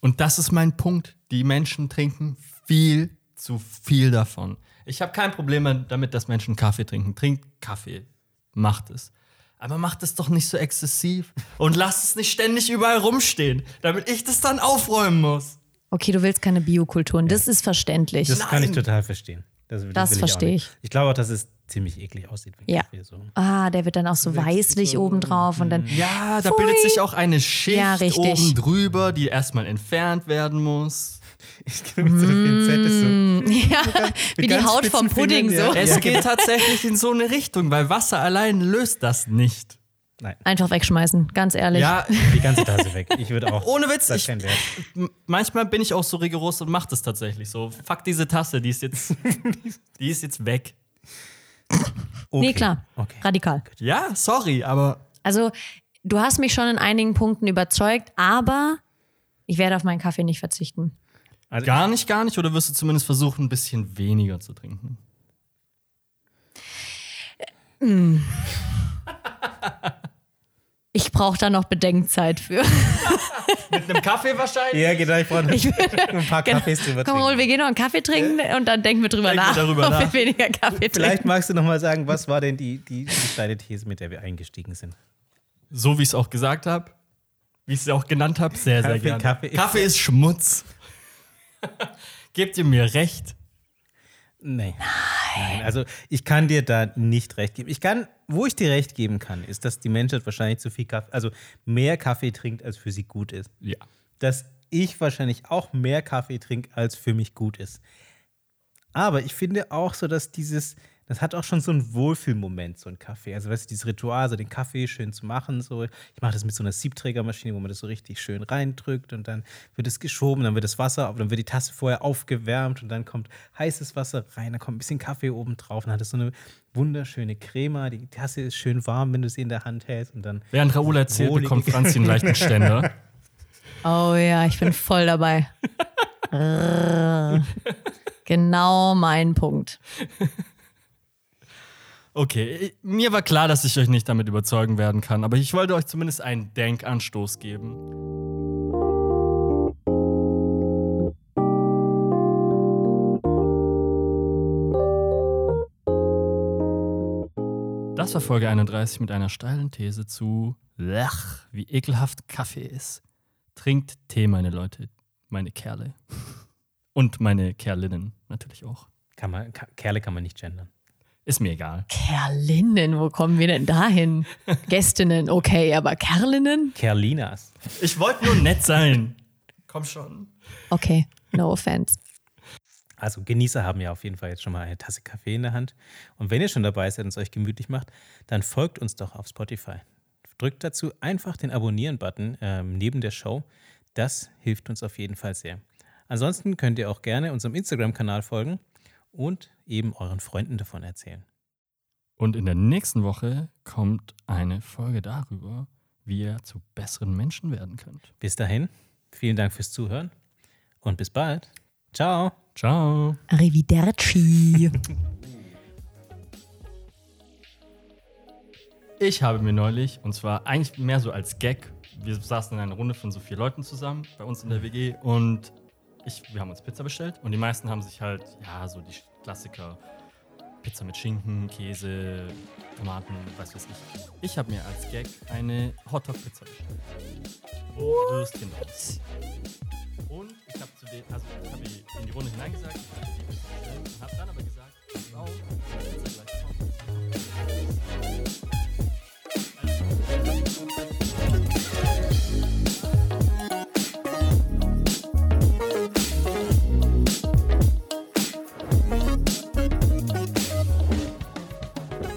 S2: Und das ist mein Punkt. Die Menschen trinken viel zu viel davon. Ich habe kein Problem damit, dass Menschen Kaffee trinken. Trinkt Kaffee. Macht es. Aber macht es doch nicht so exzessiv. Und lasst es nicht ständig überall rumstehen, damit ich das dann aufräumen muss.
S3: Okay, du willst keine Biokulturen, das ist verständlich.
S1: Das kann ich
S2: Nein.
S1: total verstehen. Das, will-
S3: Das
S1: will auch
S3: verstehe
S1: nicht. Ich glaube auch, dass es ziemlich eklig aussieht, wenn
S3: Ja.
S1: Kaffee so.
S3: Ah, der wird dann auch so weißlich obendrauf und
S2: mm.
S3: dann.
S2: Ja, da bildet sich auch eine Schicht
S3: Ja, richtig.
S2: oben drüber, die erstmal entfernt werden muss.
S1: Ich glaube, so das Pinzett ist so.
S3: Ja, wie die
S1: ganz
S3: Haut vom
S1: spitzen
S3: Pudding
S1: Fingern,
S3: so.
S1: ja.
S2: Es
S3: genau.
S2: geht tatsächlich in so eine Richtung, weil Wasser allein löst das nicht.
S1: Nein,
S3: Einfach wegschmeißen, ganz ehrlich.
S2: Ja,
S1: die ganze Tasse weg. Ich würde auch.
S2: Ohne Witz,
S1: Das
S2: ich-
S1: ist kein Wert.
S2: M- manchmal bin ich auch so rigoros und mach das tatsächlich so. Fuck diese Tasse, die ist jetzt, die ist jetzt weg.
S1: Okay.
S3: Nee, klar.
S1: Okay.
S3: Radikal.
S2: Ja, sorry, aber
S3: Also, du hast mich schon in einigen Punkten überzeugt, aber ich werde auf meinen Kaffee nicht verzichten.
S1: Also,
S2: gar nicht, gar nicht. Oder wirst du zumindest versuchen, ein bisschen weniger zu trinken?
S3: Ich brauche da noch Bedenkzeit für.
S2: Mit einem Kaffee wahrscheinlich?
S1: ja, genau, ich brauche ein paar Kaffees drüber
S3: Genau. Komm, Rol,
S1: trinken.
S3: wir gehen noch einen Kaffee trinken und dann denken wir drüber
S2: Denken wir
S3: nach,
S2: darüber
S3: ob
S2: nach.
S3: wir weniger Kaffee
S1: Vielleicht
S3: trinken.
S1: magst du nochmal sagen, was war denn die, die, die kleine These, mit der wir eingestiegen sind?
S2: So wie ich es auch gesagt habe, wie ich es auch genannt habe, sehr, sehr
S1: Kaffee-
S2: gerne.
S1: Kaffee ist-
S2: Kaffee ist Schmutz. Gebt ihr mir recht?
S1: Nee. Nein. Also ich kann dir da nicht recht geben. Ich kann, wo ich dir recht geben kann, ist, dass die Menschheit wahrscheinlich zu viel Kaffee, also mehr Kaffee trinkt, als für sie gut ist.
S2: Ja.
S1: Dass ich wahrscheinlich auch mehr Kaffee trinke, als für mich gut ist. Aber ich finde auch so, dass dieses, das hat auch schon so einen Wohlfühlmoment, so ein Kaffee. Also, weißt du, dieses Ritual, so den Kaffee schön zu machen. So. Ich mache das mit so einer Siebträgermaschine, wo man das so richtig schön reindrückt und dann wird es geschoben, dann wird das Wasser, aber dann wird die Tasse vorher aufgewärmt und dann kommt heißes Wasser rein, dann kommt ein bisschen Kaffee oben drauf. Dann hat es so eine wunderschöne Crema. Die Tasse ist schön warm, wenn du sie in der Hand hältst und dann.
S2: Während Raoul erzählt,
S1: Wohlige-
S2: bekommt Franzi einen leichten Ständer.
S3: Oh ja, ich bin voll dabei. Rrrr. genau mein Punkt.
S2: Okay, ich- mir war klar, dass ich euch nicht damit überzeugen werden kann, aber ich wollte euch zumindest einen Denkanstoß geben. Das war Folge 31 mit einer steilen These zu Lach, wie ekelhaft Kaffee ist. Trinkt Tee, meine Leute, meine Kerle. Und meine Kerlinnen natürlich auch.
S1: Kann man, Ka- Kerle kann man nicht gendern.
S2: Ist mir egal.
S3: Kerlinnen, wo kommen wir denn dahin? Gästinnen, okay, aber Kerlinnen?
S1: Kerlinas.
S2: Ich wollte nur nett sein. Komm schon.
S3: Okay, no offense.
S1: Also Genießer haben ja auf jeden Fall jetzt schon mal eine Tasse Kaffee in der Hand. Und wenn ihr schon dabei seid und es euch gemütlich macht, dann folgt uns doch auf Spotify. Drückt dazu einfach den Abonnieren-Button ähm, neben der Show. Das hilft uns auf jeden Fall sehr. Ansonsten könnt ihr auch gerne unserem Instagram-Kanal folgen und eben euren Freunden davon erzählen.
S2: Und in der nächsten Woche kommt eine Folge darüber, wie ihr zu besseren Menschen werden könnt.
S1: Bis dahin, vielen Dank fürs Zuhören und bis bald. Ciao.
S2: Ciao.
S3: Arrivederci.
S2: Ich habe mir neulich, und zwar eigentlich mehr so als Gag, wir saßen in einer Runde von so vier Leuten zusammen bei uns in der WG und ich, wir haben uns Pizza bestellt und die meisten haben sich halt, ja, so die Klassiker. Pizza mit Schinken, Käse, Tomaten, was weiß ich. Ich habe mir als Gag eine Hotdog-Pizza bestellt. Wo Würstchen drauf. Und ich habe zu den, also ich habe die- in die Runde hineingesagt, ich habe die Pizza bestellt und habe dann aber gesagt, pass auf, die Pizza gleich kommt.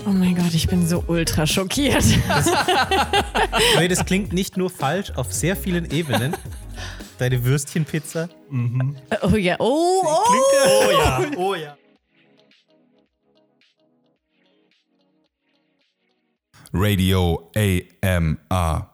S3: Oh mein Gott, ich bin so ultra schockiert.
S1: Leute, das klingt nicht nur falsch auf sehr vielen Ebenen. Deine Würstchenpizza.
S3: Oh ja, oh, oh.
S2: Oh ja, oh ja.
S4: Radio AMR.